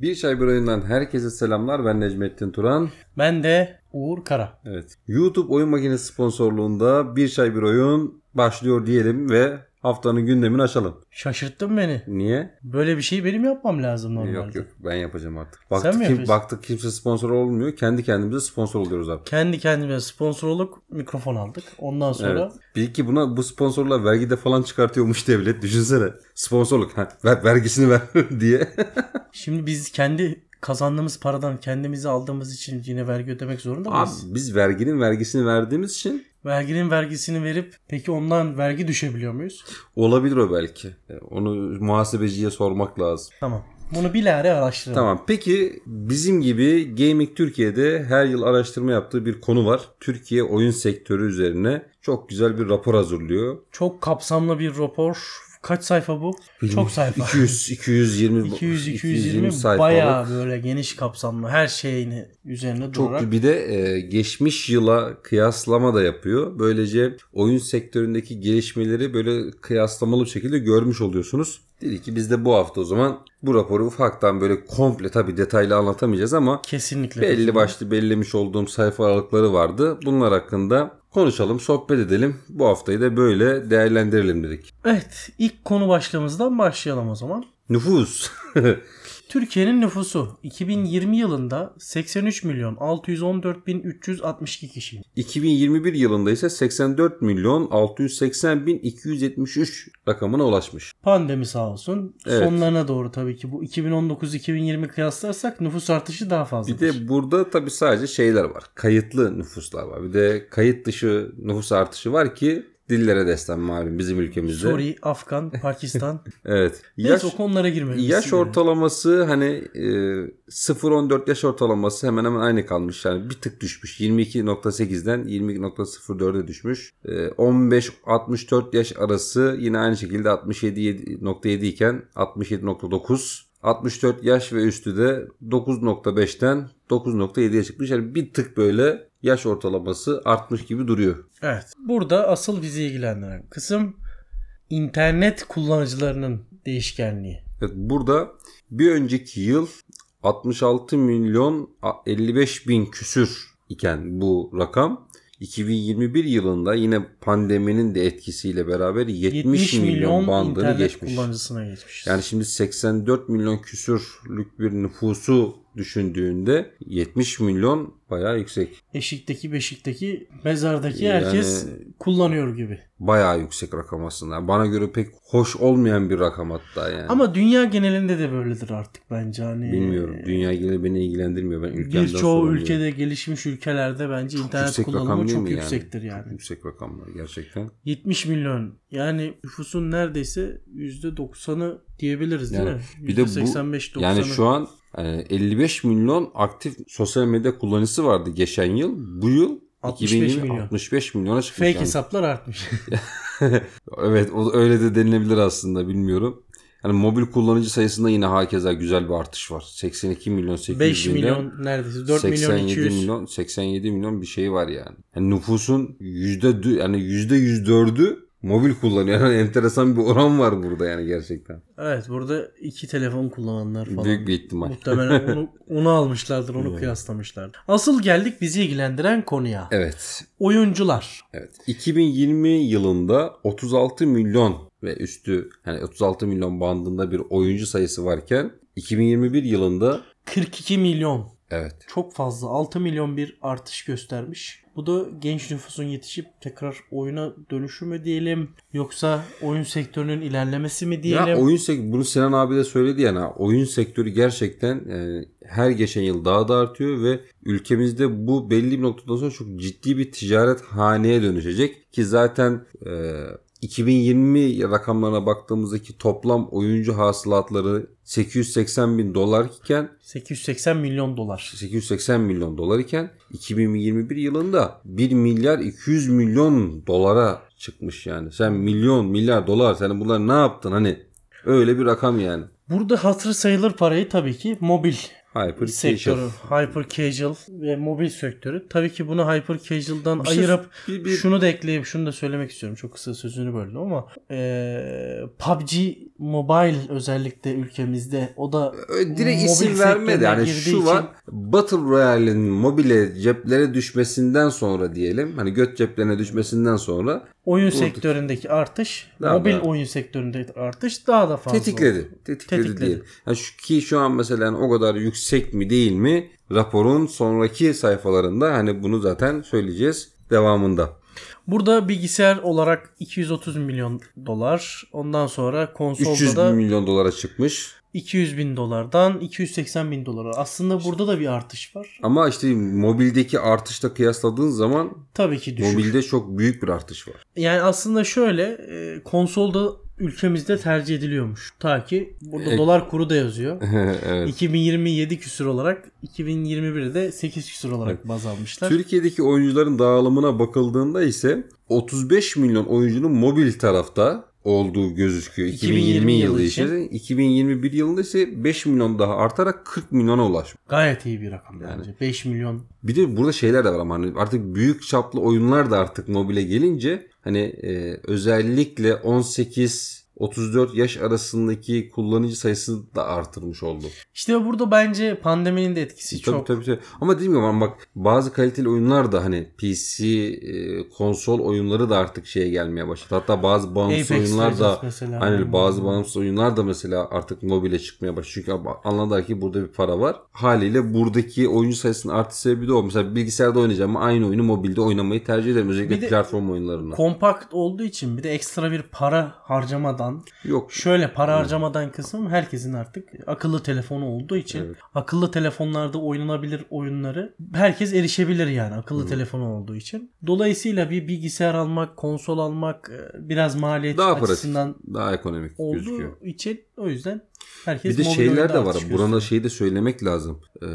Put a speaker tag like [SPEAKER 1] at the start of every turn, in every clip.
[SPEAKER 1] Bir Çay Brewing'den herkese selamlar. Ben Necmettin Turan.
[SPEAKER 2] Ben de Uğur Kara.
[SPEAKER 1] Evet. YouTube oyun makinesi sponsorluğunda Bir Çay Bir Oyun başlıyor diyelim ve haftanın gündemini açalım.
[SPEAKER 2] Şaşırttın beni.
[SPEAKER 1] Niye?
[SPEAKER 2] Böyle bir şeyi benim yapmam lazım normalde.
[SPEAKER 1] Yok yok ben yapacağım artık. Baktık, kim-
[SPEAKER 2] yapıyorsun?
[SPEAKER 1] baktık kimse sponsor olmuyor. Kendi kendimize sponsor oluyoruz artık.
[SPEAKER 2] Kendi kendime sponsor olup mikrofon aldık. Ondan sonra
[SPEAKER 1] Evet. Bir ki buna bu sponsorla vergi de falan çıkartıyormuş devlet. Düşünsene. Sponsorluk. Ha, ver, vergisini ver diye.
[SPEAKER 2] şimdi biz kendi kazandığımız paradan kendimizi aldığımız için yine vergi ödemek zorunda
[SPEAKER 1] Abi
[SPEAKER 2] mıyız?
[SPEAKER 1] biz verginin vergisini verdiğimiz için
[SPEAKER 2] Verginin vergisini verip peki ondan vergi düşebiliyor muyuz?
[SPEAKER 1] olabilir o belki. E, Onu muhasebeciye sormak lazım.
[SPEAKER 2] Tamam. Bunu bilahare araştıralım.
[SPEAKER 1] Tamam peki bizim gibi Gaming Türkiye'de her yıl araştırma yaptığı bir konu var. Türkiye oyun sektörü üzerine çok güzel bir rapor hazırlıyor.
[SPEAKER 2] Çok kapsamlı bir rapor. Kaç sayfa bu? Çok sayfa.
[SPEAKER 1] 200 220
[SPEAKER 2] 200 220
[SPEAKER 1] sayfalık.
[SPEAKER 2] bayağı böyle geniş kapsamlı her şeyini üzerine
[SPEAKER 1] Çok
[SPEAKER 2] durarak
[SPEAKER 1] bir de e, geçmiş yıla kıyaslama da yapıyor. Böylece oyun sektöründeki gelişmeleri böyle kıyaslamalı bir şekilde görmüş oluyorsunuz. Dedi ki biz de bu hafta o zaman bu raporu ufaktan böyle komple tabii detaylı anlatamayacağız ama
[SPEAKER 2] kesinlikle
[SPEAKER 1] belli başlı belirlemiş olduğum sayfa aralıkları vardı. Bunlar hakkında konuşalım, sohbet edelim. Bu haftayı da böyle değerlendirelim dedik.
[SPEAKER 2] Evet, ilk konu başlığımızdan başlayalım o zaman.
[SPEAKER 1] Nüfus.
[SPEAKER 2] Türkiye'nin nüfusu 2020 yılında 83 milyon 614 bin 362 kişi.
[SPEAKER 1] 2021 yılında ise 84 milyon 680 bin 273 rakamına ulaşmış.
[SPEAKER 2] Pandemi sağ olsun.
[SPEAKER 1] Evet.
[SPEAKER 2] Sonlarına doğru tabii ki bu 2019-2020 kıyaslarsak nüfus artışı daha fazla.
[SPEAKER 1] Bir de burada tabii sadece şeyler var. Kayıtlı nüfuslar var. Bir de kayıt dışı nüfus artışı var ki dillere destan malum bizim ülkemizde.
[SPEAKER 2] Suri, Afgan, Pakistan.
[SPEAKER 1] Evet.
[SPEAKER 2] Neyse
[SPEAKER 1] Yaş,
[SPEAKER 2] o konulara girmeyelim.
[SPEAKER 1] yaş
[SPEAKER 2] Sigara.
[SPEAKER 1] ortalaması hani e, 0-14 yaş ortalaması hemen hemen aynı kalmış. Yani bir tık düşmüş. 22.8'den 22.04'e düşmüş. E, 15-64 yaş arası yine aynı şekilde 67.7 iken 67.9. 64 yaş ve üstü de 9.5'ten 9.7'ye çıkmış. Yani bir tık böyle yaş ortalaması artmış gibi duruyor.
[SPEAKER 2] Evet. Burada asıl bizi ilgilendiren kısım internet kullanıcılarının değişkenliği.
[SPEAKER 1] Evet, burada bir önceki yıl 66 milyon 55 bin küsür iken bu rakam 2021 yılında yine pandeminin de etkisiyle beraber 70,
[SPEAKER 2] 70
[SPEAKER 1] milyon,
[SPEAKER 2] milyon
[SPEAKER 1] bandını
[SPEAKER 2] internet
[SPEAKER 1] geçmiş.
[SPEAKER 2] kullanıcısına geçmiş.
[SPEAKER 1] Yani şimdi 84 milyon küsürlük bir nüfusu düşündüğünde 70 milyon bayağı yüksek.
[SPEAKER 2] eşikteki beşikteki mezardaki herkes kullanıyor gibi.
[SPEAKER 1] Bayağı yüksek rakam aslında. Bana göre pek hoş olmayan bir rakam hatta yani.
[SPEAKER 2] Ama dünya genelinde de böyledir artık bence hani.
[SPEAKER 1] Bilmiyorum. Dünya ilgili beni ilgilendirmiyor. Ben ülkemden
[SPEAKER 2] Birçoğu
[SPEAKER 1] sorumluyum.
[SPEAKER 2] ülkede gelişmiş ülkelerde bence internet
[SPEAKER 1] Yüksek rakam
[SPEAKER 2] kullanımı
[SPEAKER 1] değil
[SPEAKER 2] çok
[SPEAKER 1] mi yani?
[SPEAKER 2] yüksektir yani.
[SPEAKER 1] Çok yüksek rakamlar gerçekten.
[SPEAKER 2] 70 milyon yani nüfusun neredeyse %90'ı diyebiliriz değil
[SPEAKER 1] Yani
[SPEAKER 2] mi?
[SPEAKER 1] bir de bu-
[SPEAKER 2] %85-90'ı.
[SPEAKER 1] Yani şu an e, 55 milyon aktif sosyal medya kullanıcısı vardı geçen yıl. Bu yıl
[SPEAKER 2] 65
[SPEAKER 1] 2020
[SPEAKER 2] milyon.
[SPEAKER 1] 65 milyona çıkmış.
[SPEAKER 2] fake
[SPEAKER 1] yani.
[SPEAKER 2] hesaplar artmış.
[SPEAKER 1] Evet o, öyle de denilebilir aslında bilmiyorum. Yani mobil kullanıcı sayısında yine hakeza güzel bir artış var. 82 milyon 800
[SPEAKER 2] 5
[SPEAKER 1] binden
[SPEAKER 2] milyon neredeyse 4 milyon
[SPEAKER 1] 87
[SPEAKER 2] 200.
[SPEAKER 1] milyon 87 milyon bir şey var yani. yani nüfusun yüzde dü- yani yüzde %104'ü mobil kullanıyor. Yani enteresan bir oran var burada yani gerçekten.
[SPEAKER 2] Evet burada iki telefon kullananlar falan.
[SPEAKER 1] Büyük bir ihtimal.
[SPEAKER 2] Muhtemelen onu, onu almışlardır, onu kıyaslamışlardır. Asıl geldik bizi ilgilendiren konuya.
[SPEAKER 1] Evet.
[SPEAKER 2] Oyuncular.
[SPEAKER 1] Evet. 2020 yılında 36 milyon ve üstü yani 36 milyon bandında bir oyuncu sayısı varken 2021 yılında
[SPEAKER 2] 42 milyon.
[SPEAKER 1] evet
[SPEAKER 2] Çok fazla. 6 milyon bir artış göstermiş. Bu da genç nüfusun yetişip tekrar oyuna dönüşü mü diyelim yoksa oyun sektörünün ilerlemesi mi diyelim?
[SPEAKER 1] Ya oyun sek- bunu Sinan abi de söyledi yani oyun sektörü gerçekten e, her geçen yıl daha da artıyor ve ülkemizde bu belli bir noktadan sonra çok ciddi bir ticaret haneye dönüşecek ki zaten e, 2020 rakamlarına baktığımızdaki toplam oyuncu hasılatları 880 bin dolar iken
[SPEAKER 2] 880 milyon dolar.
[SPEAKER 1] 880 milyon dolar iken 2021 yılında 1 milyar 200 milyon dolara çıkmış yani. Sen milyon milyar dolar sen bunlar ne yaptın hani? Öyle bir rakam yani.
[SPEAKER 2] Burada hatır sayılır parayı tabii ki mobil
[SPEAKER 1] Hyper
[SPEAKER 2] sektörü, hyper casual ve mobil sektörü. Tabii ki bunu hyper casual'dan
[SPEAKER 1] Bir şey-
[SPEAKER 2] ayırıp
[SPEAKER 1] bir- bir-
[SPEAKER 2] şunu da ekleyip şunu da söylemek istiyorum. Çok kısa sözünü böldüm ama eee PUBG mobile özellikle ülkemizde o da
[SPEAKER 1] Direkt
[SPEAKER 2] mobil
[SPEAKER 1] isim vermedi.
[SPEAKER 2] sektörüne
[SPEAKER 1] Yani
[SPEAKER 2] girdiği
[SPEAKER 1] şu
[SPEAKER 2] için-
[SPEAKER 1] var Battle Royale'in mobile ceplere düşmesinden sonra diyelim. Hani göt ceplerine düşmesinden sonra
[SPEAKER 2] oyun
[SPEAKER 1] Vurduk.
[SPEAKER 2] sektöründeki artış,
[SPEAKER 1] Daha
[SPEAKER 2] mobil
[SPEAKER 1] da-
[SPEAKER 2] oyun sektöründeki artış daha da fazla.
[SPEAKER 1] tetikledi.
[SPEAKER 2] oldu.
[SPEAKER 1] Tetikledi.
[SPEAKER 2] Tetikledi.
[SPEAKER 1] diyelim. Yani şu, ki şu an mesela hani o kadar yüksek mi değil mi raporun sonraki sayfalarında hani bunu zaten söyleyeceğiz devamında.
[SPEAKER 2] Burada bilgisayar olarak 230 milyon dolar. Ondan sonra konsolda
[SPEAKER 1] 300
[SPEAKER 2] da
[SPEAKER 1] milyon dolara çıkmış.
[SPEAKER 2] 200 bin dolardan 280 bin dolara. Aslında burada da bir artış var.
[SPEAKER 1] Ama işte mobildeki artışla kıyasladığın zaman
[SPEAKER 2] Tabii ki düşük.
[SPEAKER 1] mobilde çok büyük bir artış var.
[SPEAKER 2] Yani aslında şöyle e, konsolda ülkemizde tercih ediliyormuş. Ta ki burada
[SPEAKER 1] E-
[SPEAKER 2] dolar kuru da yazıyor.
[SPEAKER 1] evet.
[SPEAKER 2] 2027 küsur olarak 2021'de 8 küsur olarak baz almışlar.
[SPEAKER 1] Türkiye'deki oyuncuların dağılımına bakıldığında ise 35 milyon oyuncunun mobil tarafta olduğu gözüküyor 2020,
[SPEAKER 2] 2020
[SPEAKER 1] yılı
[SPEAKER 2] yılı
[SPEAKER 1] için. 2021 yılında ise 5 milyon daha artarak 40 milyona ulaşmış.
[SPEAKER 2] Gayet iyi bir rakam bence. 5 milyon.
[SPEAKER 1] Bir de burada şeyler de var ama hani artık büyük çaplı oyunlar da artık mobile gelince hani e, özellikle 18 34 yaş arasındaki kullanıcı sayısı da artırmış oldu. E,
[SPEAKER 2] İşte burada bence pandeminin de etkisi
[SPEAKER 1] Tabii
[SPEAKER 2] çok.
[SPEAKER 1] tabii tabii. Ama dediğim gibi ama bak bazı kaliteli oyunlar da hani PC e, konsol oyunları da artık şeye gelmeye başladı. Hatta bazı bağımsız
[SPEAKER 2] Apex
[SPEAKER 1] oyunlar da
[SPEAKER 2] Legends mesela. Hmm.
[SPEAKER 1] aynen bazı bağımsız oyunlar da mesela artık mobile çıkmaya başladı. Çünkü ab- anladılar ki burada bir para var. Haliyle buradaki oyuncu sayısının artış sebebi de o. Mesela bilgisayarda oynayacağım ama aynı oyunu mobilde oynamayı tercih ederim. Özellikle
[SPEAKER 2] Bir de-
[SPEAKER 1] platform oyunlarını.
[SPEAKER 2] kompakt olduğu için bir de ekstra bir para harcamadan
[SPEAKER 1] Yok.
[SPEAKER 2] şöyle
[SPEAKER 1] Hmm.
[SPEAKER 2] para harcamadan kısım herkesin artık akıllı telefonu olduğu için
[SPEAKER 1] Evet.
[SPEAKER 2] akıllı telefonlarda oynanabilir oyunları herkes erişebilir yani akıllı
[SPEAKER 1] Hmm.
[SPEAKER 2] telefonu olduğu için. Dolayısıyla bir bilgisayar almak, konsol almak e, biraz maliyet
[SPEAKER 1] Daha pratik.
[SPEAKER 2] açısından
[SPEAKER 1] Daha ekonomik
[SPEAKER 2] olduğu
[SPEAKER 1] gözüküyor.
[SPEAKER 2] için o yüzden herkes
[SPEAKER 1] Bir de
[SPEAKER 2] mobil
[SPEAKER 1] şeyler
[SPEAKER 2] oyunda
[SPEAKER 1] de var. şey-
[SPEAKER 2] artış
[SPEAKER 1] Buranın
[SPEAKER 2] gösteriyor.
[SPEAKER 1] şeyi de söylemek lazım. Ee,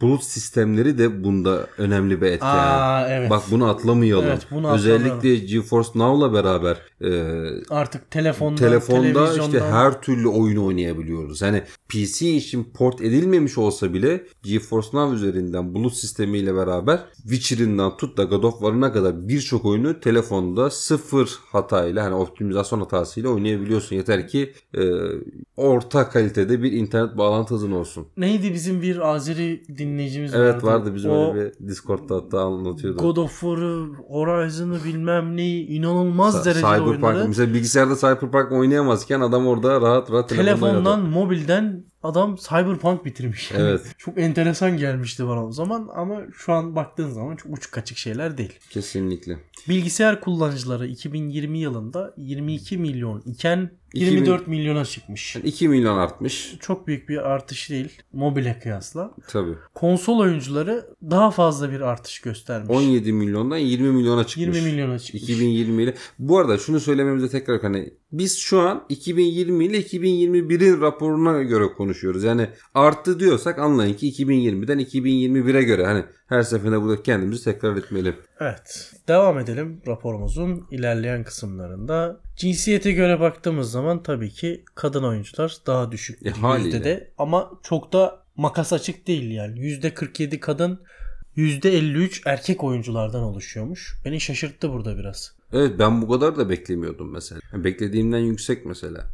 [SPEAKER 1] bulut sistemleri de bunda önemli bir etken.
[SPEAKER 2] Aa evet.
[SPEAKER 1] Bak bunu atlamayalım.
[SPEAKER 2] Evet, bunu
[SPEAKER 1] Özellikle GeForce Now'la beraber e,
[SPEAKER 2] artık telefonda,
[SPEAKER 1] telefonda
[SPEAKER 2] televizyonda
[SPEAKER 1] işte her türlü oyunu oynayabiliyoruz. Yani PC için port edilmemiş olsa bile GeForce Now üzerinden bulut sistemiyle beraber Witcher'ından tut da God of War'ına kadar birçok oyunu telefonda sıfır hatayla hani optimizasyon hatasıyla oynayabiliyorsun. Yeter ki e, orta kalitede bir internet bağlantı hızın olsun.
[SPEAKER 2] neydi bizim bir Azeri dinleyicimiz vardı.
[SPEAKER 1] Evet vardı bizim
[SPEAKER 2] o,
[SPEAKER 1] öyle bir Discord'da hatta anlatıyordu.
[SPEAKER 2] God of War'ı, Horizon'ı bilmem neyi inanılmaz
[SPEAKER 1] Sa-
[SPEAKER 2] derecede
[SPEAKER 1] Cyberpunk
[SPEAKER 2] oynadı.
[SPEAKER 1] mesela bilgisayarda Cyberpunk oynayamazken adam orada rahat rahat telefonla oynadı.
[SPEAKER 2] Telefondan, mobilden adam Cyberpunk bitirmiş. Yani
[SPEAKER 1] Evet.
[SPEAKER 2] Çok enteresan gelmişti bana o zaman ama şu an baktığın zaman çok uçuk kaçık şeyler değil.
[SPEAKER 1] kesinlikle.
[SPEAKER 2] Bilgisayar kullanıcıları 2020 yılında 22 milyon iken
[SPEAKER 1] 2000
[SPEAKER 2] 24 milyona çıkmış.
[SPEAKER 1] Yani 2 milyon artmış
[SPEAKER 2] Çok büyük bir artış değil mobile kıyasla.
[SPEAKER 1] tabii.
[SPEAKER 2] Konsol oyuncuları daha fazla bir artış göstermiş.
[SPEAKER 1] 17 milyondan 20 milyona çıkmış.
[SPEAKER 2] 20 milyona çıkmış.
[SPEAKER 1] 2020 ile. Bu arada şunu söylememize tekrar hani biz şu an 2020 ile 2021'in raporuna göre konuşuyoruz. Yani arttı diyorsak anlayın ki 2020'den 2021'e göre hani her seferinde burada kendimizi tekrar etmeli.
[SPEAKER 2] Evet. Devam edelim raporumuzun ilerleyen kısımlarında. Cinsiyete göre baktığımız zaman tabii ki kadın oyuncular daha düşük
[SPEAKER 1] E,
[SPEAKER 2] bir
[SPEAKER 1] haliyle.
[SPEAKER 2] yüzdede ama çok da makas açık değil yani. Yüzde 47 kadın, yüzde 53 erkek oyunculardan oluşuyormuş. Beni şaşırttı burada biraz.
[SPEAKER 1] Evet ben bu kadar da beklemiyordum mesela. Yani Beklediğimden yüksek mesela.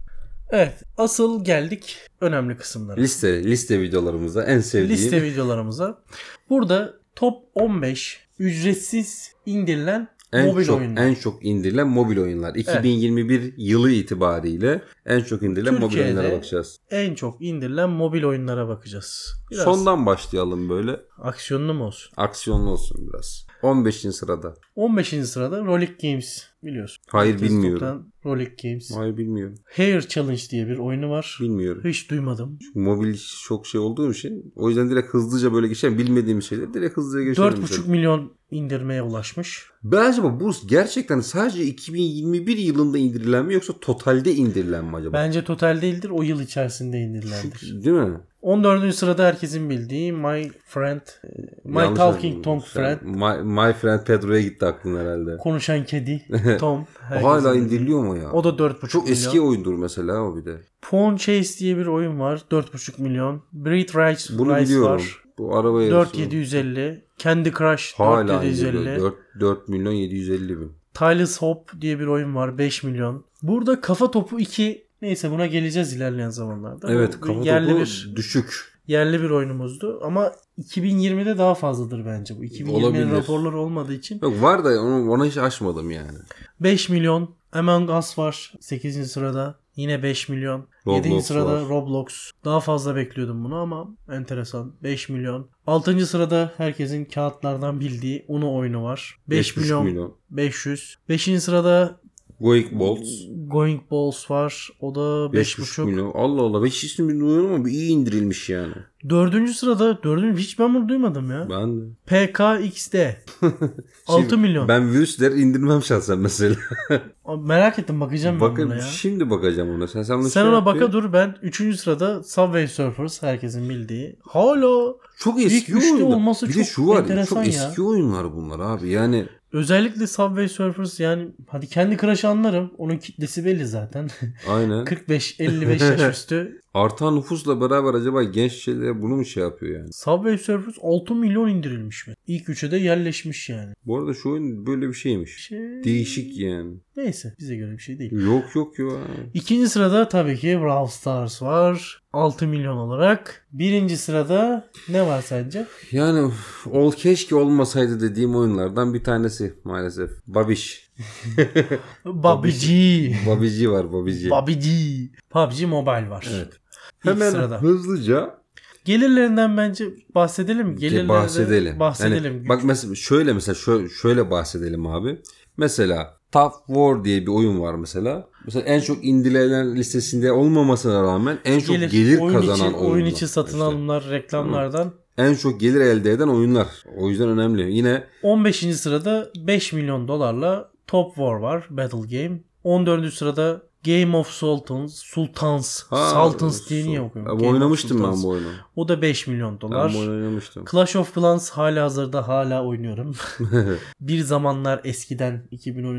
[SPEAKER 2] Evet, asıl geldik önemli kısımlara.
[SPEAKER 1] Liste liste videolarımıza en sevdiğim
[SPEAKER 2] Liste videolarımıza. Burada top 15 ücretsiz indirilen
[SPEAKER 1] En
[SPEAKER 2] mobil
[SPEAKER 1] çok,
[SPEAKER 2] oyunlar.
[SPEAKER 1] En çok indirilen mobil oyunlar. 2021 yılı itibariyle en çok indirilen
[SPEAKER 2] Türkiye'de
[SPEAKER 1] mobil oyunlara bakacağız.
[SPEAKER 2] en çok indirilen mobil oyunlara bakacağız. Biraz
[SPEAKER 1] Sondan başlayalım böyle.
[SPEAKER 2] aksiyonlu mu olsun?
[SPEAKER 1] Aksiyonlu olsun biraz. 15. sırada.
[SPEAKER 2] 15. sırada Rolik Games biliyorsun.
[SPEAKER 1] Hayır,
[SPEAKER 2] Herkes
[SPEAKER 1] bilmiyorum.
[SPEAKER 2] toptan Rolik Games.
[SPEAKER 1] Hayır bilmiyorum.
[SPEAKER 2] Hair Challenge diye bir oyunu var.
[SPEAKER 1] Bilmiyorum.
[SPEAKER 2] Hiç duymadım.
[SPEAKER 1] Mobil çok şey olduğu için o yüzden direkt hızlıca böyle geçen bilmediğim şeyleri direkt hızlıca geçelim.
[SPEAKER 2] 4,5 milyon indirmeye ulaşmış.
[SPEAKER 1] Ben acaba bu gerçekten sadece 2021 yılında indirilen mi yoksa totalde indirilen mi acaba?
[SPEAKER 2] Bence total değildir. O yıl içerisinde indirilendir.
[SPEAKER 1] Çünkü- değil mi?
[SPEAKER 2] 14. sırada herkesin bildiği My Friend e, My
[SPEAKER 1] Yanlış
[SPEAKER 2] Talking
[SPEAKER 1] anladım.
[SPEAKER 2] Tom
[SPEAKER 1] Sen-
[SPEAKER 2] Friend
[SPEAKER 1] My, My Friend Pedro'ya gitti aklın herhalde.
[SPEAKER 2] Konuşan Kedi Tom. herkesin
[SPEAKER 1] Hala
[SPEAKER 2] bildiği.
[SPEAKER 1] indiriliyor mu ya?
[SPEAKER 2] O da 4,5
[SPEAKER 1] Çok
[SPEAKER 2] milyon.
[SPEAKER 1] eski oyundur mesela o bir de.
[SPEAKER 2] Pawn Chase diye bir oyun var. 4,5 milyon. Breed Rights,
[SPEAKER 1] Bunu
[SPEAKER 2] Rights
[SPEAKER 1] biliyorum.
[SPEAKER 2] var.
[SPEAKER 1] Bu araba yarışı.
[SPEAKER 2] 4750. Candy Crush
[SPEAKER 1] Hala
[SPEAKER 2] 4750.
[SPEAKER 1] indiriyor. 4, 4 milyon 750 bin.
[SPEAKER 2] Tiles Hop diye bir oyun var. 5 milyon. Burada Kafa Topu 2 Neyse buna geleceğiz ilerleyen zamanlarda.
[SPEAKER 1] Evet
[SPEAKER 2] Bu
[SPEAKER 1] kafa topu
[SPEAKER 2] yerli bir
[SPEAKER 1] düşük.
[SPEAKER 2] yerli bir oyunumuzdu ama 2020'de daha fazladır bence bu. 2020'nin
[SPEAKER 1] Olabilir.
[SPEAKER 2] raporları olmadığı için
[SPEAKER 1] Yok var da onu, ona hiç aşmadım yani.
[SPEAKER 2] 5 milyon Among Us var 8. sırada. Yine 5 milyon.
[SPEAKER 1] Roblox
[SPEAKER 2] 7. sırada
[SPEAKER 1] var.
[SPEAKER 2] Roblox. Daha fazla bekliyordum bunu ama enteresan. 5 milyon. 6. sırada herkesin kağıtlardan bildiği Uno oyunu var. 5
[SPEAKER 1] 5,5
[SPEAKER 2] milyon, 500. 5. sırada
[SPEAKER 1] Goik Bolts.
[SPEAKER 2] Going Balls var. O da
[SPEAKER 1] 5,5
[SPEAKER 2] 5,5.
[SPEAKER 1] milyon. Allah Allah. 5 ismini duyuyorum ama bu iyi indirilmiş yani.
[SPEAKER 2] 4. sırada 4. hiç ben bunu duymadım ya.
[SPEAKER 1] Ben de.
[SPEAKER 2] PKXD. 6
[SPEAKER 1] Şimdi
[SPEAKER 2] milyon.
[SPEAKER 1] Ben virüsleri indirmem şahsen mesela.
[SPEAKER 2] Abi Merak ettim bakacağım ben buna
[SPEAKER 1] Bakın şey
[SPEAKER 2] ya.
[SPEAKER 1] şimdi bakacağım ona. Sen, sen, bunu
[SPEAKER 2] Sen
[SPEAKER 1] şey
[SPEAKER 2] ona
[SPEAKER 1] yap
[SPEAKER 2] baka
[SPEAKER 1] ya.
[SPEAKER 2] dur ben 3. sırada Subway Surfers herkesin bildiği. Hala
[SPEAKER 1] Çok
[SPEAKER 2] İlk
[SPEAKER 1] eski
[SPEAKER 2] üçte
[SPEAKER 1] oyunlar.
[SPEAKER 2] olması
[SPEAKER 1] bir de
[SPEAKER 2] çok
[SPEAKER 1] şu var. ya,
[SPEAKER 2] enteresan
[SPEAKER 1] Çok
[SPEAKER 2] ya.
[SPEAKER 1] eski oyunlar bunlar abi. Yani
[SPEAKER 2] özellikle Subway Surfers yani hadi kendi Crush'ı anlarım. Onun kitlesi belli zaten.
[SPEAKER 1] aynen.
[SPEAKER 2] 45-55 yaş üstü.
[SPEAKER 1] Artan nüfusla beraber acaba genç şeyler bunu mu şey yapıyor yani?
[SPEAKER 2] Subway Surfers 6 milyon indirilmiş mi? İlk üçe de yerleşmiş yani.
[SPEAKER 1] Bu arada şu oyun böyle bir şeymiş.
[SPEAKER 2] Şey...
[SPEAKER 1] Değişik yani.
[SPEAKER 2] Neyse bize göre bir şey değil.
[SPEAKER 1] Yok yok yok.
[SPEAKER 2] İkinci sırada tabii ki Brawl Stars var. 6 milyon olarak. Birinci sırada ne var sence?
[SPEAKER 1] Yani üf, ol keşke olmasaydı dediğim oyunlardan bir tanesi maalesef. Babiş.
[SPEAKER 2] PUBG.
[SPEAKER 1] Babici var babici.
[SPEAKER 2] PUBG. PUBG Mobile var.
[SPEAKER 1] Evet.
[SPEAKER 2] İlk
[SPEAKER 1] Hemen
[SPEAKER 2] sırada.
[SPEAKER 1] hızlıca
[SPEAKER 2] Gelirlerinden bence bahsedelim. mi? Gelirlerde
[SPEAKER 1] ge- bahsedelim.
[SPEAKER 2] Bahsedelim.
[SPEAKER 1] Yani bak mesela şöyle mesela şö- şöyle bahsedelim abi. Mesela Tough War diye bir oyun var mesela. Mesela en çok indirilen listesinde olmamasına rağmen en çok gelir,
[SPEAKER 2] oyun
[SPEAKER 1] kazanan
[SPEAKER 2] için,
[SPEAKER 1] oyunlar.
[SPEAKER 2] oyun için satın
[SPEAKER 1] İşte
[SPEAKER 2] alımlar reklamlardan.
[SPEAKER 1] En çok gelir elde eden oyunlar. O yüzden önemli. Yine
[SPEAKER 2] 15. sırada 5 milyon dolarla Top War var. Battle Game. 14. sırada Game of Sultans, Sultans,
[SPEAKER 1] Ha,
[SPEAKER 2] Sultans diye
[SPEAKER 1] su-
[SPEAKER 2] niye okuyorum?
[SPEAKER 1] Abi
[SPEAKER 2] Game of
[SPEAKER 1] oynamıştım ben
[SPEAKER 2] Sultans.
[SPEAKER 1] bu oyunu.
[SPEAKER 2] O da 5 milyon dolar.
[SPEAKER 1] Ben bu oyunu oynamıştım.
[SPEAKER 2] Clash of Clans hala hazırda hala oynuyorum. bir zamanlar eskiden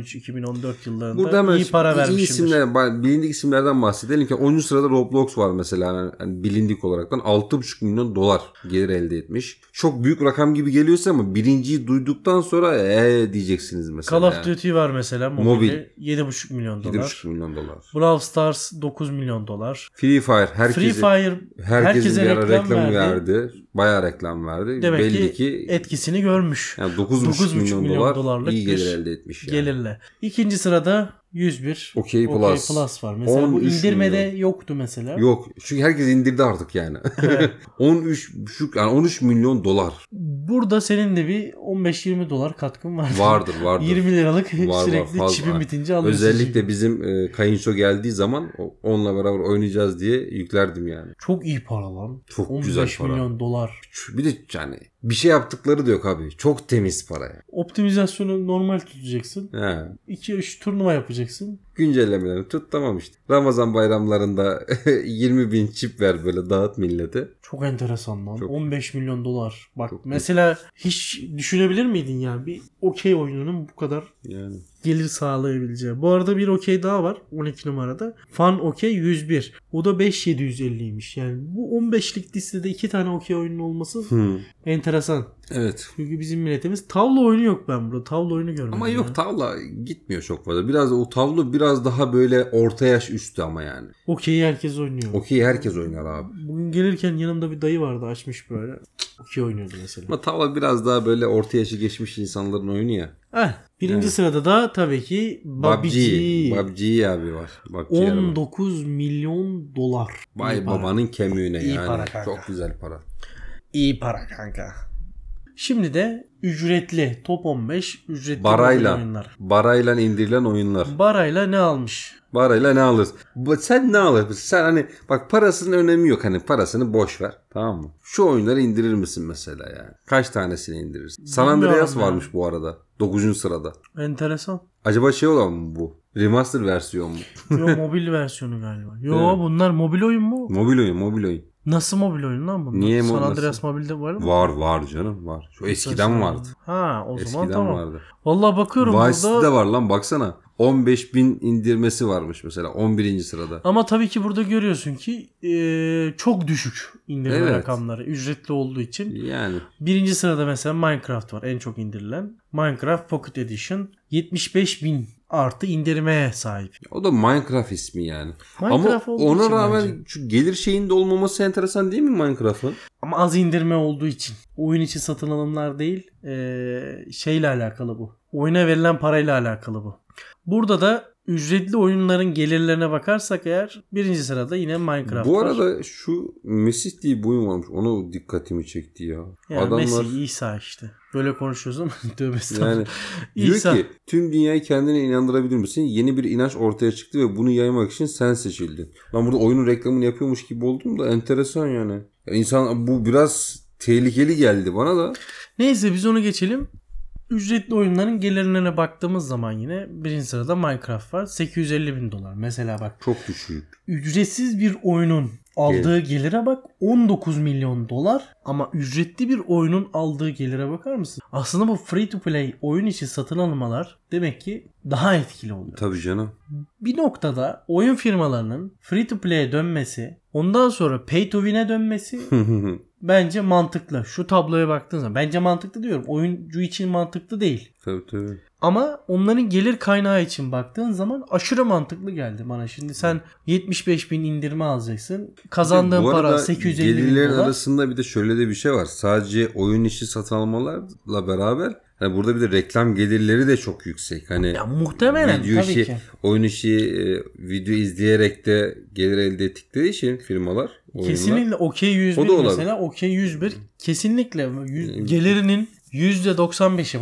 [SPEAKER 2] 2013-2014 yıllarında
[SPEAKER 1] Burada hemen
[SPEAKER 2] iyi para
[SPEAKER 1] iyi
[SPEAKER 2] vermişimdir.
[SPEAKER 1] isimler, ba- bilindik isimlerden bahsedelim ki 10. sırada Roblox var mesela yani, hani bilindik olaraktan 6,5 milyon dolar gelir elde etmiş. Çok büyük rakam gibi geliyorsa ama birinciyi duyduktan sonra ee diyeceksiniz mesela.
[SPEAKER 2] Call of Duty var mesela mobili.
[SPEAKER 1] Mobil.
[SPEAKER 2] 7,5 milyon dolar.
[SPEAKER 1] 7,5 milyon dolar.
[SPEAKER 2] Brawl Stars 9 milyon dolar.
[SPEAKER 1] Free Fire herkese,
[SPEAKER 2] Free Fire
[SPEAKER 1] herkesin
[SPEAKER 2] herkese
[SPEAKER 1] bir ara
[SPEAKER 2] reklam
[SPEAKER 1] reklam
[SPEAKER 2] verdi.
[SPEAKER 1] verdi. Bayağı reklam verdi.
[SPEAKER 2] demek
[SPEAKER 1] Belli
[SPEAKER 2] ki,
[SPEAKER 1] ki,
[SPEAKER 2] etkisini görmüş.
[SPEAKER 1] yani 9,5,
[SPEAKER 2] 9,5
[SPEAKER 1] milyon,
[SPEAKER 2] milyon
[SPEAKER 1] dolar
[SPEAKER 2] dolarlık
[SPEAKER 1] iyi gelir
[SPEAKER 2] bir
[SPEAKER 1] elde etmiş. Yani.
[SPEAKER 2] Gelirle. İkinci sırada 101
[SPEAKER 1] Okey
[SPEAKER 2] OK
[SPEAKER 1] Plus.
[SPEAKER 2] var. Mesela bu
[SPEAKER 1] 13
[SPEAKER 2] indirmede
[SPEAKER 1] milyon.
[SPEAKER 2] yoktu mesela.
[SPEAKER 1] Yok. Çünkü herkes indirdi artık yani. 13 buçuk- yani 13 milyon dolar
[SPEAKER 2] Burada senin de bir 15-20 dolar katkın vardı.
[SPEAKER 1] vardır vardır.
[SPEAKER 2] 20 liralık
[SPEAKER 1] Var, var,
[SPEAKER 2] sürekli
[SPEAKER 1] fazla.
[SPEAKER 2] çipin bitince alıyorsun.
[SPEAKER 1] Özellikle
[SPEAKER 2] şimdi.
[SPEAKER 1] bizim e, kayınço geldiği zaman o- onunla beraber oynayacağız diye yüklerdim yani.
[SPEAKER 2] Çok iyi para lan.
[SPEAKER 1] Çok
[SPEAKER 2] 15
[SPEAKER 1] güzel para.
[SPEAKER 2] milyon dolar.
[SPEAKER 1] Şu- Bir de yani bir şey yaptıkları da yok abi. Çok temiz para yani.
[SPEAKER 2] Optimizasyonu normal tutacaksın.
[SPEAKER 1] He.
[SPEAKER 2] 2-3 turnuva yapacaksın.
[SPEAKER 1] Güncellemelerini tut tamam işte. Ramazan bayramlarında 20 bin çip ver böyle dağıt millete.
[SPEAKER 2] Çok enteresan lan.
[SPEAKER 1] Çok.
[SPEAKER 2] 15 milyon dolar. Bak
[SPEAKER 1] Çok.
[SPEAKER 2] mesela hiç düşünebilir miydin ya bir okey oyununun bu kadar
[SPEAKER 1] Yani.
[SPEAKER 2] gelir sağlayabileceği. Bu arada bir okey daha var 12 numarada. Fan okey 101. O da 5750'ymiş. Yani bu 15'lik listede iki tane okey oyunun olması
[SPEAKER 1] Hı.
[SPEAKER 2] enteresan.
[SPEAKER 1] Evet.
[SPEAKER 2] Çünkü bizim milletimiz tavla oyunu yok ben burada. Tavla oyunu görmedim.
[SPEAKER 1] Ama
[SPEAKER 2] ya.
[SPEAKER 1] yok tavla gitmiyor çok fazla. Biraz o tavla biraz daha böyle orta yaş üstü ama yani.
[SPEAKER 2] Okeyi herkes oynuyor.
[SPEAKER 1] Okey herkes oynar abi.
[SPEAKER 2] Bugün gelirken yanımda bir dayı vardı açmış böyle. Okey oynuyordu mesela.
[SPEAKER 1] Ama tavla biraz daha böyle orta yaşı geçmiş insanların oyunu ya.
[SPEAKER 2] Heh, birinci
[SPEAKER 1] Evet.
[SPEAKER 2] sırada da tabii ki
[SPEAKER 1] PUBG.
[SPEAKER 2] Babici.
[SPEAKER 1] PUBG abi var. PUBG araba.
[SPEAKER 2] 19 milyon dolar. İyi
[SPEAKER 1] Vay
[SPEAKER 2] para.
[SPEAKER 1] babanın kemiğine
[SPEAKER 2] İyi
[SPEAKER 1] yani.
[SPEAKER 2] para kanka.
[SPEAKER 1] Çok güzel para.
[SPEAKER 2] İyi para kanka. Şimdi de ücretli top 15 ücretli mobil
[SPEAKER 1] Barayla.
[SPEAKER 2] oyunlar.
[SPEAKER 1] Barayla indirilen oyunlar.
[SPEAKER 2] Barayla ne almış?
[SPEAKER 1] Barayla ne alır? Bu- Sen ne alırsın? Sen hani bak parasının önemi yok. Hani parasını boş ver. Tamam mı? Şu oyunları indirir misin mesela yani? Kaç tanesini indirirsin? San
[SPEAKER 2] Bilmiyorum
[SPEAKER 1] Andreas
[SPEAKER 2] ya.
[SPEAKER 1] varmış bu arada. 9. sırada.
[SPEAKER 2] Enteresan.
[SPEAKER 1] Acaba şey olan mı bu? Remaster versiyon mu?
[SPEAKER 2] Yo mobil versiyonu galiba. Yo
[SPEAKER 1] Evet.
[SPEAKER 2] bunlar mobil oyun mu?
[SPEAKER 1] mobil oyun, mobil oyun.
[SPEAKER 2] Nasıl mobil oyun lan bunlar?
[SPEAKER 1] Niye
[SPEAKER 2] San
[SPEAKER 1] mo-
[SPEAKER 2] Andreas mobilde var mı?
[SPEAKER 1] Var var canım var. Şu eskiden vardı.
[SPEAKER 2] Ha o zaman
[SPEAKER 1] Eskiden
[SPEAKER 2] tamam.
[SPEAKER 1] vardı.
[SPEAKER 2] Vallahi bakıyorum
[SPEAKER 1] Vice'de
[SPEAKER 2] burada.
[SPEAKER 1] de var lan baksana. 15 bin indirmesi varmış mesela 11. sırada.
[SPEAKER 2] Ama tabii ki burada görüyorsun ki eee, çok düşük indirme
[SPEAKER 1] Evet.
[SPEAKER 2] rakamları ücretli olduğu için.
[SPEAKER 1] Yani
[SPEAKER 2] Birinci sırada mesela Minecraft var en çok indirilen. Minecraft Pocket Edition 75 bin artı indirmeye sahip.
[SPEAKER 1] O da Minecraft ismi yani.
[SPEAKER 2] Minecraft
[SPEAKER 1] Ama
[SPEAKER 2] olduğu
[SPEAKER 1] ona
[SPEAKER 2] için
[SPEAKER 1] rağmen
[SPEAKER 2] bence.
[SPEAKER 1] şu gelir şeyinde olmaması enteresan değil mi Minecraft'ın?
[SPEAKER 2] Ama az indirme olduğu için. Oyun için satın alımlar değil. eee, şeyle alakalı bu. Oyuna verilen parayla alakalı bu. Burada da ücretli oyunların gelirlerine bakarsak eğer birinci sırada yine Minecraft
[SPEAKER 1] Bu
[SPEAKER 2] var.
[SPEAKER 1] arada şu Mesih diye bir oyun varmış. Ona dikkatimi çekti ya.
[SPEAKER 2] yani
[SPEAKER 1] Adamlar
[SPEAKER 2] Messi, İsa işte. Böyle konuşuyoruz ama dövmesi
[SPEAKER 1] yani diyor
[SPEAKER 2] İsa.
[SPEAKER 1] ki tüm dünyayı kendine inandırabilir misin? Yeni bir inanç ortaya çıktı ve bunu yaymak için sen seçildin. Ben burada oyunun reklamını yapıyormuş gibi oldum da enteresan yani. Ya insan bu biraz tehlikeli geldi bana da.
[SPEAKER 2] Neyse biz onu geçelim. Ücretli oyunların gelirlerine baktığımız zaman yine birinci sırada Minecraft var. 850 bin dolar. Mesela bak
[SPEAKER 1] Çok düşük.
[SPEAKER 2] ücretsiz bir oyunun aldığı gelire bak 19 milyon dolar ama ücretli bir oyunun aldığı gelire bakar mısın? Aslında bu free to play oyun için satın almalar demek ki daha etkili oluyor.
[SPEAKER 1] Tabii canım.
[SPEAKER 2] Bir noktada oyun firmalarının free to play'e dönmesi, ondan sonra pay to win'e dönmesi bence mantıklı. Şu tabloya baktığın zaman bence mantıklı diyorum. Oyuncu için mantıklı değil.
[SPEAKER 1] tabii tabii.
[SPEAKER 2] Ama onların gelir kaynağı için baktığın zaman aşırı mantıklı geldi bana. Şimdi sen 75 bin indirme alacaksın. Kazandığın
[SPEAKER 1] Bu
[SPEAKER 2] para
[SPEAKER 1] arada
[SPEAKER 2] 850 bin
[SPEAKER 1] gelirlerin
[SPEAKER 2] dolar.
[SPEAKER 1] arasında bir de şöyle de bir şey var. Sadece oyun işi satın almalarla beraber hani burada bir de reklam gelirleri de çok yüksek. Hani
[SPEAKER 2] Ya muhtemelen
[SPEAKER 1] video
[SPEAKER 2] tabii
[SPEAKER 1] işi,
[SPEAKER 2] ki.
[SPEAKER 1] oyun işi e, video izleyerek de gelir elde ettikleri için firmalar oyunlar.
[SPEAKER 2] Kesinlikle okey
[SPEAKER 1] O da
[SPEAKER 2] 101
[SPEAKER 1] olabilir. Ee,
[SPEAKER 2] mesela okey 101 kesinlikle yüz- gelirinin %95'i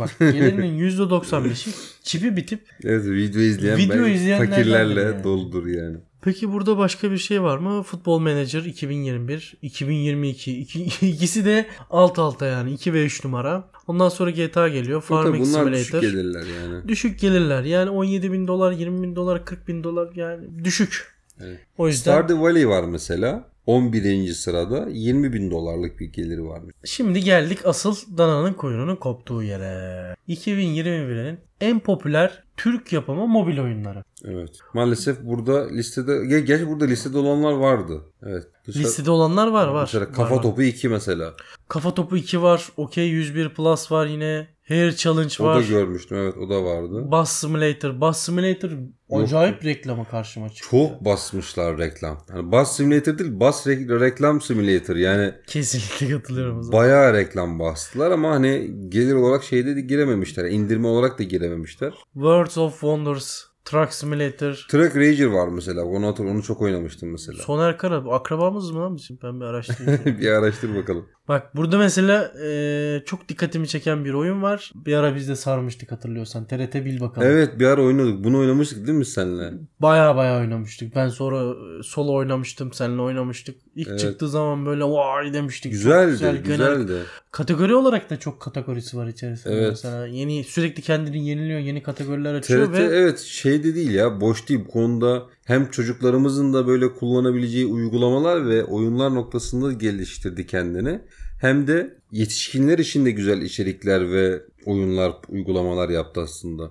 [SPEAKER 2] bak gelirinin %95'i çipi bitip
[SPEAKER 1] Evet video izleyen
[SPEAKER 2] Video
[SPEAKER 1] ben-
[SPEAKER 2] izleyenlerden
[SPEAKER 1] fakirlerle
[SPEAKER 2] biri yani.
[SPEAKER 1] doludur yani.
[SPEAKER 2] Peki burada başka bir şey var mı? Futbol Manager 2021, 2022 iki, ikisi de alt alta yani 2 ve 3 numara. Ondan sonra GTA geliyor.
[SPEAKER 1] Tabii
[SPEAKER 2] Farming
[SPEAKER 1] bunlar
[SPEAKER 2] Simulator.
[SPEAKER 1] düşük gelirler yani.
[SPEAKER 2] Düşük gelirler. Yani 17 bin dolar, 20 bin dolar, 40 bin dolar yani düşük.
[SPEAKER 1] Evet.
[SPEAKER 2] O yüzden
[SPEAKER 1] Stardew Valley var mesela. 11. sırada 20 bin dolarlık bir geliri varmış.
[SPEAKER 2] şimdi geldik asıl dananın kuyruğunun koptuğu yere. 2021'in en popüler Türk yapımı mobil oyunları.
[SPEAKER 1] Evet. Maalesef burada listede ge- gerçi burada listede olanlar vardı. Evet. Dışarı-
[SPEAKER 2] Listede olanlar var var.
[SPEAKER 1] Mesela
[SPEAKER 2] Var,
[SPEAKER 1] kafa
[SPEAKER 2] var.
[SPEAKER 1] topu 2 mesela.
[SPEAKER 2] Kafa topu 2 var. Okey 101 Plus var yine. Hair Challenge
[SPEAKER 1] O da
[SPEAKER 2] var.
[SPEAKER 1] görmüştüm evet o da vardı.
[SPEAKER 2] Bus Simulator. Bus Simulator acayip reklama karşıma çıktı.
[SPEAKER 1] Çok basmışlar reklam. Yani bas simülatör değil bas re- reklam simülatör. Yani
[SPEAKER 2] Kesinlikle katılıyorum o zaman.
[SPEAKER 1] bayağı reklam bastılar ama hani gelir olarak şeyde de girememişler. İndirme olarak da girememişler.
[SPEAKER 2] Words of Wonders. Truck Simulator.
[SPEAKER 1] Truck Rager var mesela. Onu hatır, onu çok oynamıştım mesela.
[SPEAKER 2] Soner Kara. bu Akrabamız mı lan bizim? Ben bir araştırayım.
[SPEAKER 1] bir araştır bakalım.
[SPEAKER 2] Bak burada mesela e, çok dikkatimi çeken bir oyun var. Bir ara biz de sarmıştık hatırlıyorsan. TRT Bil Bakalım.
[SPEAKER 1] Evet bir ara oynuyorduk. Bunu oynamıştık değil mi senle?
[SPEAKER 2] Baya baya oynamıştık. Ben sonra e, solo oynamıştım. Seninle oynamıştık. İlk
[SPEAKER 1] Evet.
[SPEAKER 2] çıktığı zaman böyle vay demiştik. Çok
[SPEAKER 1] Güzeldi,
[SPEAKER 2] genel-
[SPEAKER 1] güzeldi.
[SPEAKER 2] Kategori olarak da çok kategorisi var içerisinde.
[SPEAKER 1] Evet.
[SPEAKER 2] Mesela yeni sürekli kendini yeniliyor. Yeni kategoriler açıyor
[SPEAKER 1] TRT
[SPEAKER 2] ve
[SPEAKER 1] evet şey de değil ya boş değil bu konuda hem çocuklarımızın da böyle kullanabileceği uygulamalar ve oyunlar noktasında geliştirdi kendini. Hem de yetişkinler için de güzel içerikler ve oyunlar, uygulamalar yaptı aslında.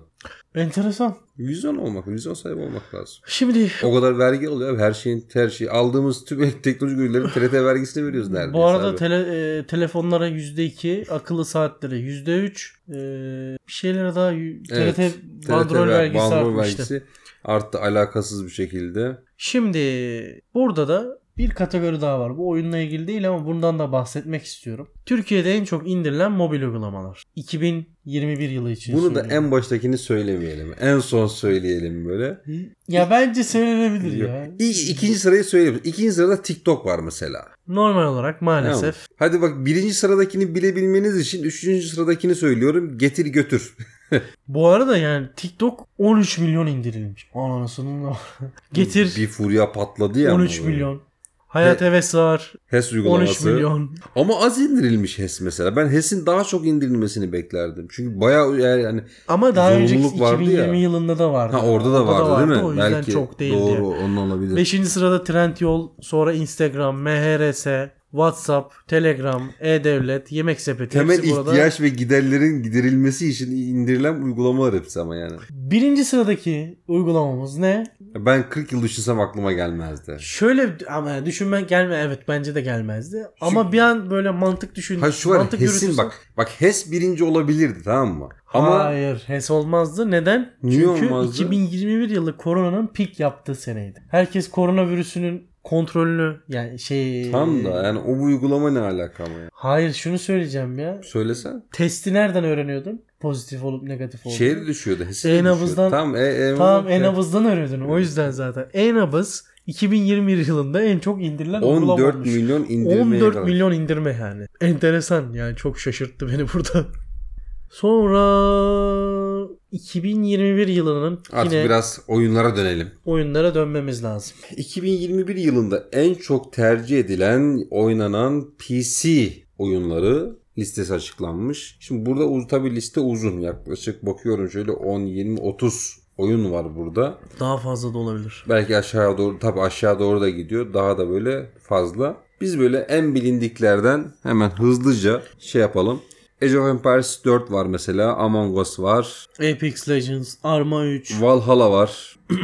[SPEAKER 1] E-
[SPEAKER 2] enteresan.
[SPEAKER 1] Vizyon olmak, vizyon sahibi olmak lazım.
[SPEAKER 2] Şimdi
[SPEAKER 1] O kadar vergi oluyor abi, her şeyin her şeyi aldığımız tüm teknolojik ürünlerin TRT vergisini veriyoruz neredeyse.
[SPEAKER 2] bu arada
[SPEAKER 1] abi.
[SPEAKER 2] tele- e, telefonlara %2, akıllı saatlere %3, e, bir şeylere daha y-
[SPEAKER 1] Evet, E
[SPEAKER 2] TRT bandrol
[SPEAKER 1] ver-
[SPEAKER 2] vergisi
[SPEAKER 1] bandrol
[SPEAKER 2] artmıştı.
[SPEAKER 1] vergisi arttı alakasız bir şekilde.
[SPEAKER 2] Şimdi burada da bir kategori daha var. Bu oyunla ilgili değil ama bundan da bahsetmek istiyorum. Türkiye'de en çok indirilen mobil uygulamalar. 2021 yılı için
[SPEAKER 1] Bunu da
[SPEAKER 2] söylüyorum.
[SPEAKER 1] en baştakini söylemeyelim. En son söyleyelim böyle.
[SPEAKER 2] Ya bence söylenebilir
[SPEAKER 1] Yok.
[SPEAKER 2] ya.
[SPEAKER 1] İ- İkinci sırayı söyleyeyim. İkinci sırada TikTok var mesela.
[SPEAKER 2] Normal olarak maalesef.
[SPEAKER 1] Tamam. Hadi bak birinci sıradakini bilebilmeniz için üçüncü sıradakini söylüyorum. Getir götür.
[SPEAKER 2] Bu arada yani TikTok 13 milyon indirilmiş. Anasının da- Getir
[SPEAKER 1] Bir furya patladı ya. ama
[SPEAKER 2] 13
[SPEAKER 1] böyle.
[SPEAKER 2] milyon. Hayat
[SPEAKER 1] Ve-
[SPEAKER 2] heves var.
[SPEAKER 1] HES
[SPEAKER 2] 13
[SPEAKER 1] uygulaması.
[SPEAKER 2] milyon.
[SPEAKER 1] Ama az indirilmiş HES mesela. Ben HES'in daha çok indirilmesini beklerdim. Çünkü bayağı yani hani-
[SPEAKER 2] Ama daha
[SPEAKER 1] Zorunluluk
[SPEAKER 2] önceki
[SPEAKER 1] vardı
[SPEAKER 2] 2020
[SPEAKER 1] ya.
[SPEAKER 2] yılında da vardı.
[SPEAKER 1] ha orada da vardı, değil mi?
[SPEAKER 2] O yüzden
[SPEAKER 1] Belki
[SPEAKER 2] çok değildi.
[SPEAKER 1] doğru onun olabilir.
[SPEAKER 2] Beşinci sırada Trendyol, sonra Instagram, MHRS, WhatsApp, Telegram, E-Devlet, Yemek Sepeti
[SPEAKER 1] Temel
[SPEAKER 2] hepsi burada.
[SPEAKER 1] ihtiyaç ve giderlerin giderilmesi için indirilen uygulamalar hepsi ama yani.
[SPEAKER 2] Birinci sıradaki uygulamamız ne?
[SPEAKER 1] Ben 40 yıl düşünsem aklıma gelmezdi.
[SPEAKER 2] Şöyle ama düşünmen gelme evet bence de gelmezdi. Ama bir an böyle mantık düşün.
[SPEAKER 1] Ha şu var
[SPEAKER 2] mantık
[SPEAKER 1] HES'in
[SPEAKER 2] yürütürsen-
[SPEAKER 1] bak. Bak HES birinci olabilirdi tamam mı? Ama
[SPEAKER 2] Hayır HES olmazdı. Neden?
[SPEAKER 1] Niye
[SPEAKER 2] Çünkü
[SPEAKER 1] olmazdı?
[SPEAKER 2] 2021 yılı koronanın pik yaptığı seneydi. Herkes koronavirüsünün kontrolünü yani şey
[SPEAKER 1] tam da yani o uygulama ne alaka ama ya?
[SPEAKER 2] Hayır şunu söyleyeceğim ya.
[SPEAKER 1] Söylesen.
[SPEAKER 2] Testi nereden öğreniyordun? Pozitif olup negatif olduğunu.
[SPEAKER 1] Şehir düşüyordu. HES'e
[SPEAKER 2] En
[SPEAKER 1] düşüyordu.
[SPEAKER 2] avızdan-
[SPEAKER 1] Tamam, e, e,
[SPEAKER 2] Tamam
[SPEAKER 1] e-
[SPEAKER 2] Enabız'dan öğrendin. O yüzden zaten. Enabız 2021 yılında en çok indirilen
[SPEAKER 1] 14
[SPEAKER 2] uygulamamış.
[SPEAKER 1] milyon indirme
[SPEAKER 2] 14 milyon indirme yani. Enteresan yani çok şaşırttı beni burada. Sonra 2021 yılının
[SPEAKER 1] Artık
[SPEAKER 2] yine
[SPEAKER 1] biraz oyunlara dönelim.
[SPEAKER 2] oyunlara dönmemiz lazım.
[SPEAKER 1] 2021 yılında en çok tercih edilen oynanan PC oyunları listesi açıklanmış. Şimdi burada uz- tabii liste uzun. Yaklaşık bakıyorum şöyle 10, 20, 30 oyun var burada.
[SPEAKER 2] Daha fazla da olabilir.
[SPEAKER 1] Belki aşağı doğru tabi aşağı doğru da gidiyor. Daha da böyle fazla. Biz böyle en bilindiklerden hemen hızlıca şey yapalım. Age of Empires 4 var mesela. Among Us var.
[SPEAKER 2] Apex Legends, Arma 3.
[SPEAKER 1] Valhalla var.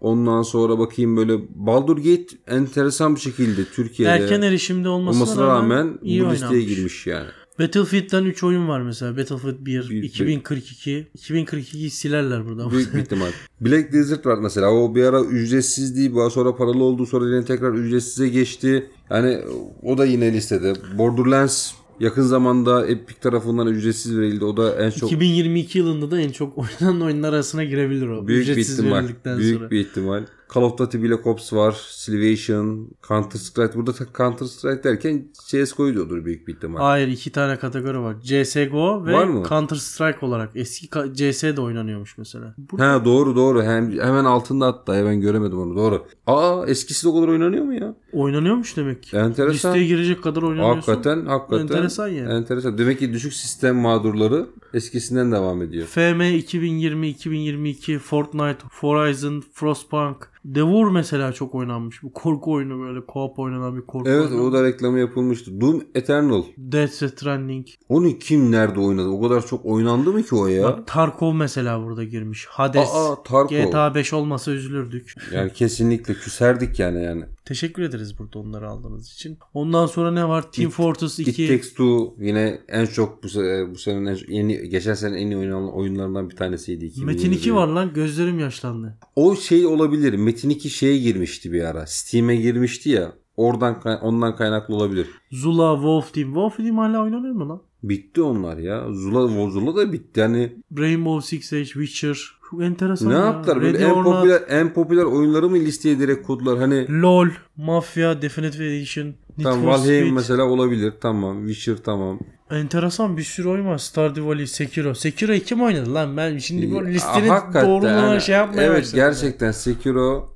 [SPEAKER 1] Ondan sonra bakayım böyle Baldur Gate enteresan bir şekilde Türkiye'de
[SPEAKER 2] Erken erişimde olmasına,
[SPEAKER 1] olmasına rağmen
[SPEAKER 2] iyi
[SPEAKER 1] bu listeye
[SPEAKER 2] oynanmış.
[SPEAKER 1] girmiş yani.
[SPEAKER 2] Battlefield'den 3 oyun var mesela. Battlefield 1,
[SPEAKER 1] Bir-
[SPEAKER 2] 2042. 2042'yi silerler burada.
[SPEAKER 1] Büyük bir ihtimal. Black Desert var mesela. O bir ara ücretsizdi. bu- Sonra paralı oldu. Sonra yine tekrar ücretsize geçti. Yani o da yine listede. Borderlands yakın zamanda Epic tarafından ücretsiz verildi. O da en çok
[SPEAKER 2] 2022 yılında da en çok oynanan oyunlar arasına girebilir o.
[SPEAKER 1] büyük bir
[SPEAKER 2] Ücretsiz
[SPEAKER 1] ihtimal.
[SPEAKER 2] verildikten
[SPEAKER 1] Büyük
[SPEAKER 2] sonra.
[SPEAKER 1] bir ihtimal. Call of Duty Black Ops var. Civilization, Counter Strike. Burada ta- Counter Strike derken CS:GO'yu diyordur büyük bir ihtimal.
[SPEAKER 2] Hayır iki tane kategori var. CSGO ve
[SPEAKER 1] Var mı?
[SPEAKER 2] Counter Strike olarak. Eski ka- CS de oynanıyormuş mesela. Bu-
[SPEAKER 1] Ha doğru doğru. Hem, hemen altında hatta. Ya Ben göremedim onu. Doğru. Aa eskisi de o kadar oynanıyor mu ya?
[SPEAKER 2] Oynanıyormuş demek ki.
[SPEAKER 1] Enteresan.
[SPEAKER 2] Listeye girecek kadar oynanıyorsun.
[SPEAKER 1] Hakikaten hakikaten.
[SPEAKER 2] Enteresan yani.
[SPEAKER 1] Enteresan. Demek ki düşük sistem mağdurları eskisinden devam ediyor.
[SPEAKER 2] FM 2020, 2022, Fortnite, Horizon, Frostpunk. Devour mesela çok oynanmış. Bu korku oyunu böyle co-op oynanan bir korku
[SPEAKER 1] Evet
[SPEAKER 2] oyunu.
[SPEAKER 1] o da reklamı yapılmıştı. Doom Eternal.
[SPEAKER 2] Death Stranding.
[SPEAKER 1] Onu kim nerede oynadı? O kadar çok oynandı mı ki o ya?
[SPEAKER 2] Bak Tarkov mesela burada girmiş. Hades.
[SPEAKER 1] Aa Tarkov.
[SPEAKER 2] GTA 5 olmasa üzülürdük.
[SPEAKER 1] Yani kesinlikle küserdik yani yani.
[SPEAKER 2] Teşekkür ederiz burada onları aldığınız için. Ondan sonra ne var? Team
[SPEAKER 1] It-
[SPEAKER 2] Fortress
[SPEAKER 1] It
[SPEAKER 2] 2.
[SPEAKER 1] Takes Two yine en çok bu, se- bu sene en çok- yeni geçen sene en iyi oynanan oyunlarından bir tanesiydi. 2020.
[SPEAKER 2] Metin 2 var lan. Gözlerim yaşlandı.
[SPEAKER 1] O şey olabilir. Metin 2 şeye girmişti bir ara. Steam'e girmişti ya. Oradan kay- ondan kaynaklı olabilir.
[SPEAKER 2] Zula, Wolf Team. Wolf Team hala oynanıyor mu lan?
[SPEAKER 1] Bitti onlar ya. Zula, Zula da bitti. Hani Yani
[SPEAKER 2] Rainbow Six Siege, Witcher. Çok enteresan
[SPEAKER 1] ne
[SPEAKER 2] ya.
[SPEAKER 1] yaptılar? Böyle
[SPEAKER 2] Ready
[SPEAKER 1] en
[SPEAKER 2] or Not,
[SPEAKER 1] popüler, en popüler oyunları mı listeye direkt kodlar? Hani
[SPEAKER 2] LOL, Mafia, Definitive Edition, Need
[SPEAKER 1] tam
[SPEAKER 2] for Speed.
[SPEAKER 1] Valheim mesela olabilir. Tamam. Witcher tamam.
[SPEAKER 2] Enteresan bir sürü oyun var. Stardew Valley, Sekiro. Sekiro kim oynadı lan? Ben şimdi bu
[SPEAKER 1] Ee,
[SPEAKER 2] listenin
[SPEAKER 1] hakikaten
[SPEAKER 2] doğruluğuna
[SPEAKER 1] hani-
[SPEAKER 2] şey yapmaya
[SPEAKER 1] Evet
[SPEAKER 2] başladım ya.
[SPEAKER 1] gerçekten Sekiro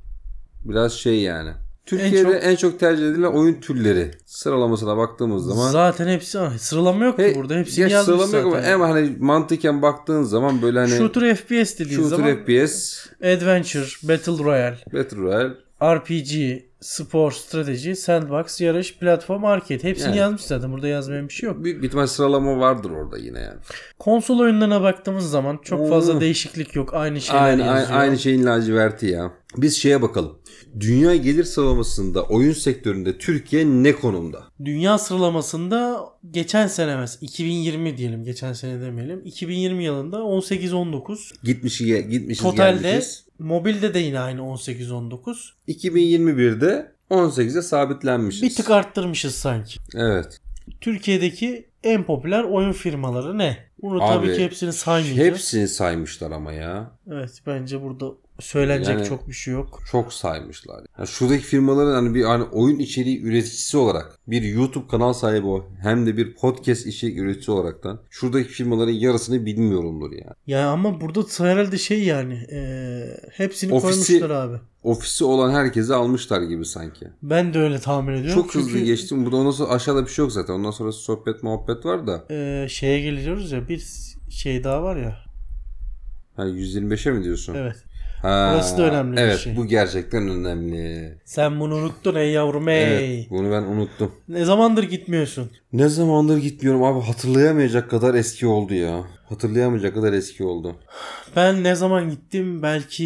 [SPEAKER 1] biraz şey yani. Türkiye'de en çok, tercih edilen oyun türleri sıralamasına baktığımız zaman
[SPEAKER 2] Zaten hepsi ah, sıralama yok
[SPEAKER 1] He,
[SPEAKER 2] ki burada. Hepsini
[SPEAKER 1] geç
[SPEAKER 2] yazmış
[SPEAKER 1] sıralama
[SPEAKER 2] zaten.
[SPEAKER 1] yok ama ama hani mantıken baktığın zaman böyle hani Shooter,
[SPEAKER 2] Shooter FPS dediğin zaman
[SPEAKER 1] FPS,
[SPEAKER 2] Adventure, Battle Royale,
[SPEAKER 1] Battle Royale
[SPEAKER 2] RPG, spor, strateji, sandbox, yarış, platform, arcade. Hepsini
[SPEAKER 1] Yani.
[SPEAKER 2] yazmış zaten. Burada yazmayan bir şey yok.
[SPEAKER 1] büyük bir ihtimal sıralama vardır orada yine yani.
[SPEAKER 2] Konsol oyunlarına baktığımız zaman çok fazla
[SPEAKER 1] Hmm.
[SPEAKER 2] değişiklik yok. Aynı şeyler
[SPEAKER 1] Aynı, aynı,
[SPEAKER 2] yazıyor.
[SPEAKER 1] aynı şeyin laciverti ya. Biz şeye bakalım. Dünya gelir sıralamasında oyun sektöründe Türkiye ne konumda?
[SPEAKER 2] Dünya sıralamasında geçen sene mesela 2020 diyelim geçen sene demeyelim. 2020 yılında 18-19.
[SPEAKER 1] Gitmiş gitmişiz
[SPEAKER 2] Totalde
[SPEAKER 1] gelmişiz.
[SPEAKER 2] mobilde de yine aynı 18-19.
[SPEAKER 1] 2021'de 18'e sabitlenmişiz.
[SPEAKER 2] Bir tık arttırmışız sanki.
[SPEAKER 1] Evet.
[SPEAKER 2] Türkiye'deki en popüler oyun firmaları ne? Bunu
[SPEAKER 1] Abi,
[SPEAKER 2] tabii ki hepsini saymayacağız.
[SPEAKER 1] Hepsini saymışlar ama ya.
[SPEAKER 2] Evet bence burada söylenecek
[SPEAKER 1] Yani-
[SPEAKER 2] çok bir şey yok.
[SPEAKER 1] Çok saymışlar. Yani şuradaki firmaların hani bir hani oyun içeriği üreticisi olarak bir YouTube kanal sahibi o hem de bir podcast içerik üreticisi olaraktan şuradaki firmaların yarısını bilmiyorumdur yani.
[SPEAKER 2] Ya ama burada herhalde şey yani eee, hepsini
[SPEAKER 1] Ofisi-
[SPEAKER 2] koymuşlar abi.
[SPEAKER 1] Ofisi olan herkese almışlar gibi sanki.
[SPEAKER 2] Ben de öyle tahmin ediyorum.
[SPEAKER 1] Çok hızlı
[SPEAKER 2] Çünkü,
[SPEAKER 1] geçtim. Burada ondan sonra aşağıda bir şey yok zaten. Ondan sonra sohbet muhabbet var da.
[SPEAKER 2] eee, şeye geleceğiz ya bir şey daha var ya.
[SPEAKER 1] Ha 125'e mi diyorsun?
[SPEAKER 2] Evet.
[SPEAKER 1] Ha,
[SPEAKER 2] Burası da önemli bir
[SPEAKER 1] evet,
[SPEAKER 2] şey.
[SPEAKER 1] bu gerçekten önemli.
[SPEAKER 2] Sen bunu unuttun ey yavrum ey.
[SPEAKER 1] Evet, bunu ben unuttum.
[SPEAKER 2] Ne zamandır gitmiyorsun?
[SPEAKER 1] Ne zamandır gitmiyorum abi hatırlayamayacak kadar eski oldu ya. Hatırlayamayacak kadar eski oldu.
[SPEAKER 2] Ben ne zaman gittim? Belki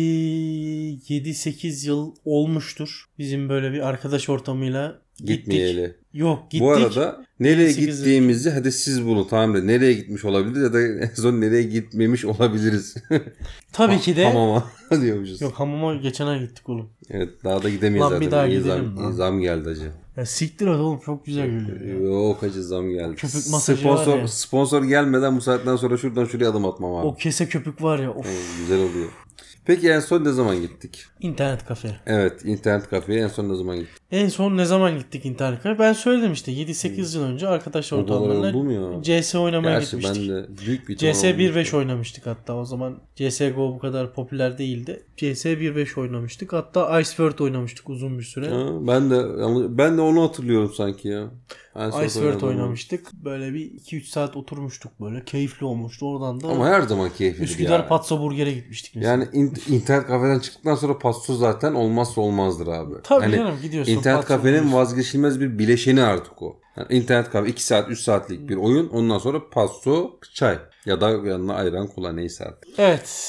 [SPEAKER 2] 7-8 yıl olmuştur. Bizim böyle bir arkadaş ortamıyla gittik.
[SPEAKER 1] Gitmeyeli.
[SPEAKER 2] Yok gittik.
[SPEAKER 1] Bu arada nereye
[SPEAKER 2] 8
[SPEAKER 1] gittiğimizi hadi siz bulun tamam da nereye gitmiş olabiliriz ya da en son nereye gitmemiş olabiliriz.
[SPEAKER 2] Tabii ki de.
[SPEAKER 1] Hamama diyormuşuz.
[SPEAKER 2] Yok hamama geçen ay gittik oğlum.
[SPEAKER 1] Evet daha da gidemeyiz
[SPEAKER 2] Lan bir
[SPEAKER 1] zaten.
[SPEAKER 2] daha
[SPEAKER 1] İyi
[SPEAKER 2] gidelim
[SPEAKER 1] zam,
[SPEAKER 2] lan.
[SPEAKER 1] iyi zam geldi acı.
[SPEAKER 2] Ya siktir hadi oğlum çok güzel geliyor.
[SPEAKER 1] Yok acı zam geldi.
[SPEAKER 2] Köpük masajı var
[SPEAKER 1] Sponsor,
[SPEAKER 2] ya.
[SPEAKER 1] sponsor gelmeden bu saatten sonra şuradan şuraya adım atmam abi.
[SPEAKER 2] O kese köpük var ya of.
[SPEAKER 1] Evet, güzel oluyor. Peki en son ne zaman gittik?
[SPEAKER 2] İnternet kafe.
[SPEAKER 1] Evet internet kafeye en son ne zaman gittik?
[SPEAKER 2] En son ne zaman gittik internet kafe? Ben söyledim işte 7-8 yıl önce arkadaş
[SPEAKER 1] O kadar oldu
[SPEAKER 2] ortamlarıyla
[SPEAKER 1] mu ya?
[SPEAKER 2] CS oynamaya
[SPEAKER 1] Gerçi ben
[SPEAKER 2] gitmiştik.
[SPEAKER 1] de büyük bir
[SPEAKER 2] CS
[SPEAKER 1] ihtimal
[SPEAKER 2] 1.5 oynamıştık hatta o zaman. CSGO bu kadar popüler değildi. CS 1.5 oynamıştık. Hatta Ice World oynamıştık uzun bir süre.
[SPEAKER 1] Ha, ben de ben de onu hatırlıyorum sanki ya. En son
[SPEAKER 2] Ice World
[SPEAKER 1] oynadığım.
[SPEAKER 2] oynamıştık. Böyle bir 2-3 saat oturmuştuk böyle. Keyifli olmuştu. Oradan da
[SPEAKER 1] Ama her zaman keyifli
[SPEAKER 2] Üsküdar
[SPEAKER 1] ya.
[SPEAKER 2] Patso Burger'e gitmiştik mesela.
[SPEAKER 1] Yani in- internet kafeden çıktıktan sonra pasto zaten olmazsa olmazdır abi.
[SPEAKER 2] Tabii
[SPEAKER 1] Hani
[SPEAKER 2] canım gidiyorsun.
[SPEAKER 1] İnternet
[SPEAKER 2] Patso
[SPEAKER 1] kafenin
[SPEAKER 2] Burger.
[SPEAKER 1] vazgeçilmez bir bileşeni artık o. Yani internet kafe 2 saat 3 saatlik
[SPEAKER 2] Hmm.
[SPEAKER 1] bir oyun ondan sonra pasto çay ya da yanına ayran kola neyse artık.
[SPEAKER 2] Evet.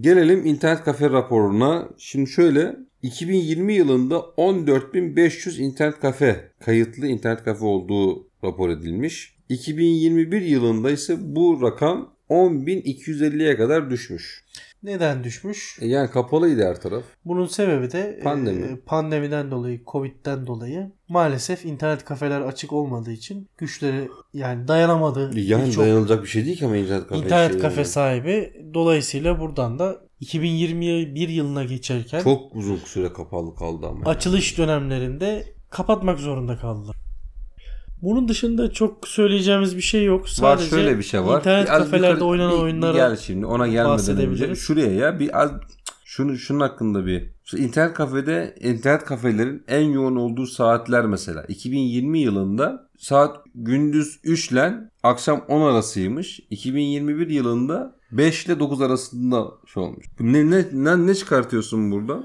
[SPEAKER 1] Gelelim internet kafe raporuna. Şimdi şöyle 2020 yılında 14.500 internet kafe kayıtlı internet kafe olduğu rapor edilmiş. 2021 yılında ise bu rakam 10.250'ye kadar düşmüş.
[SPEAKER 2] Neden düşmüş?
[SPEAKER 1] E Yani kapalıydı her taraf.
[SPEAKER 2] Bunun sebebi de
[SPEAKER 1] Pandemi.
[SPEAKER 2] e, pandemiden dolayı, Covid'den dolayı maalesef internet kafeler açık olmadığı için güçleri yani dayanamadı.
[SPEAKER 1] Yani
[SPEAKER 2] birçok
[SPEAKER 1] dayanılacak bir şey değil ki ama internet kafe.
[SPEAKER 2] internet
[SPEAKER 1] şey
[SPEAKER 2] kafe
[SPEAKER 1] yani.
[SPEAKER 2] sahibi. Dolayısıyla buradan da 2021 yılına geçerken
[SPEAKER 1] Çok uzun süre kapalı kaldı ama.
[SPEAKER 2] açılış dönemlerinde kapatmak zorunda kaldılar. Bunun dışında çok söyleyeceğimiz bir şey yok.
[SPEAKER 1] var
[SPEAKER 2] Sadece
[SPEAKER 1] şöyle bir şey var.
[SPEAKER 2] İnternet
[SPEAKER 1] Biraz
[SPEAKER 2] kafelerde
[SPEAKER 1] yukarı-
[SPEAKER 2] oynanan
[SPEAKER 1] bir- bir
[SPEAKER 2] oyunlara
[SPEAKER 1] gel şimdi ona gelmeden önce
[SPEAKER 2] bahsedebiliriz.
[SPEAKER 1] şuraya ya bir az şunu şunun hakkında bir Şu internet kafede internet kafelerin en yoğun olduğu saatler mesela 2020 yılında saat gündüz 3 ile akşam 10 arasıymış. 2021 yılında 5 ile 9 arasında şey olmuş. Ne ne ne, ne çıkartıyorsun burada?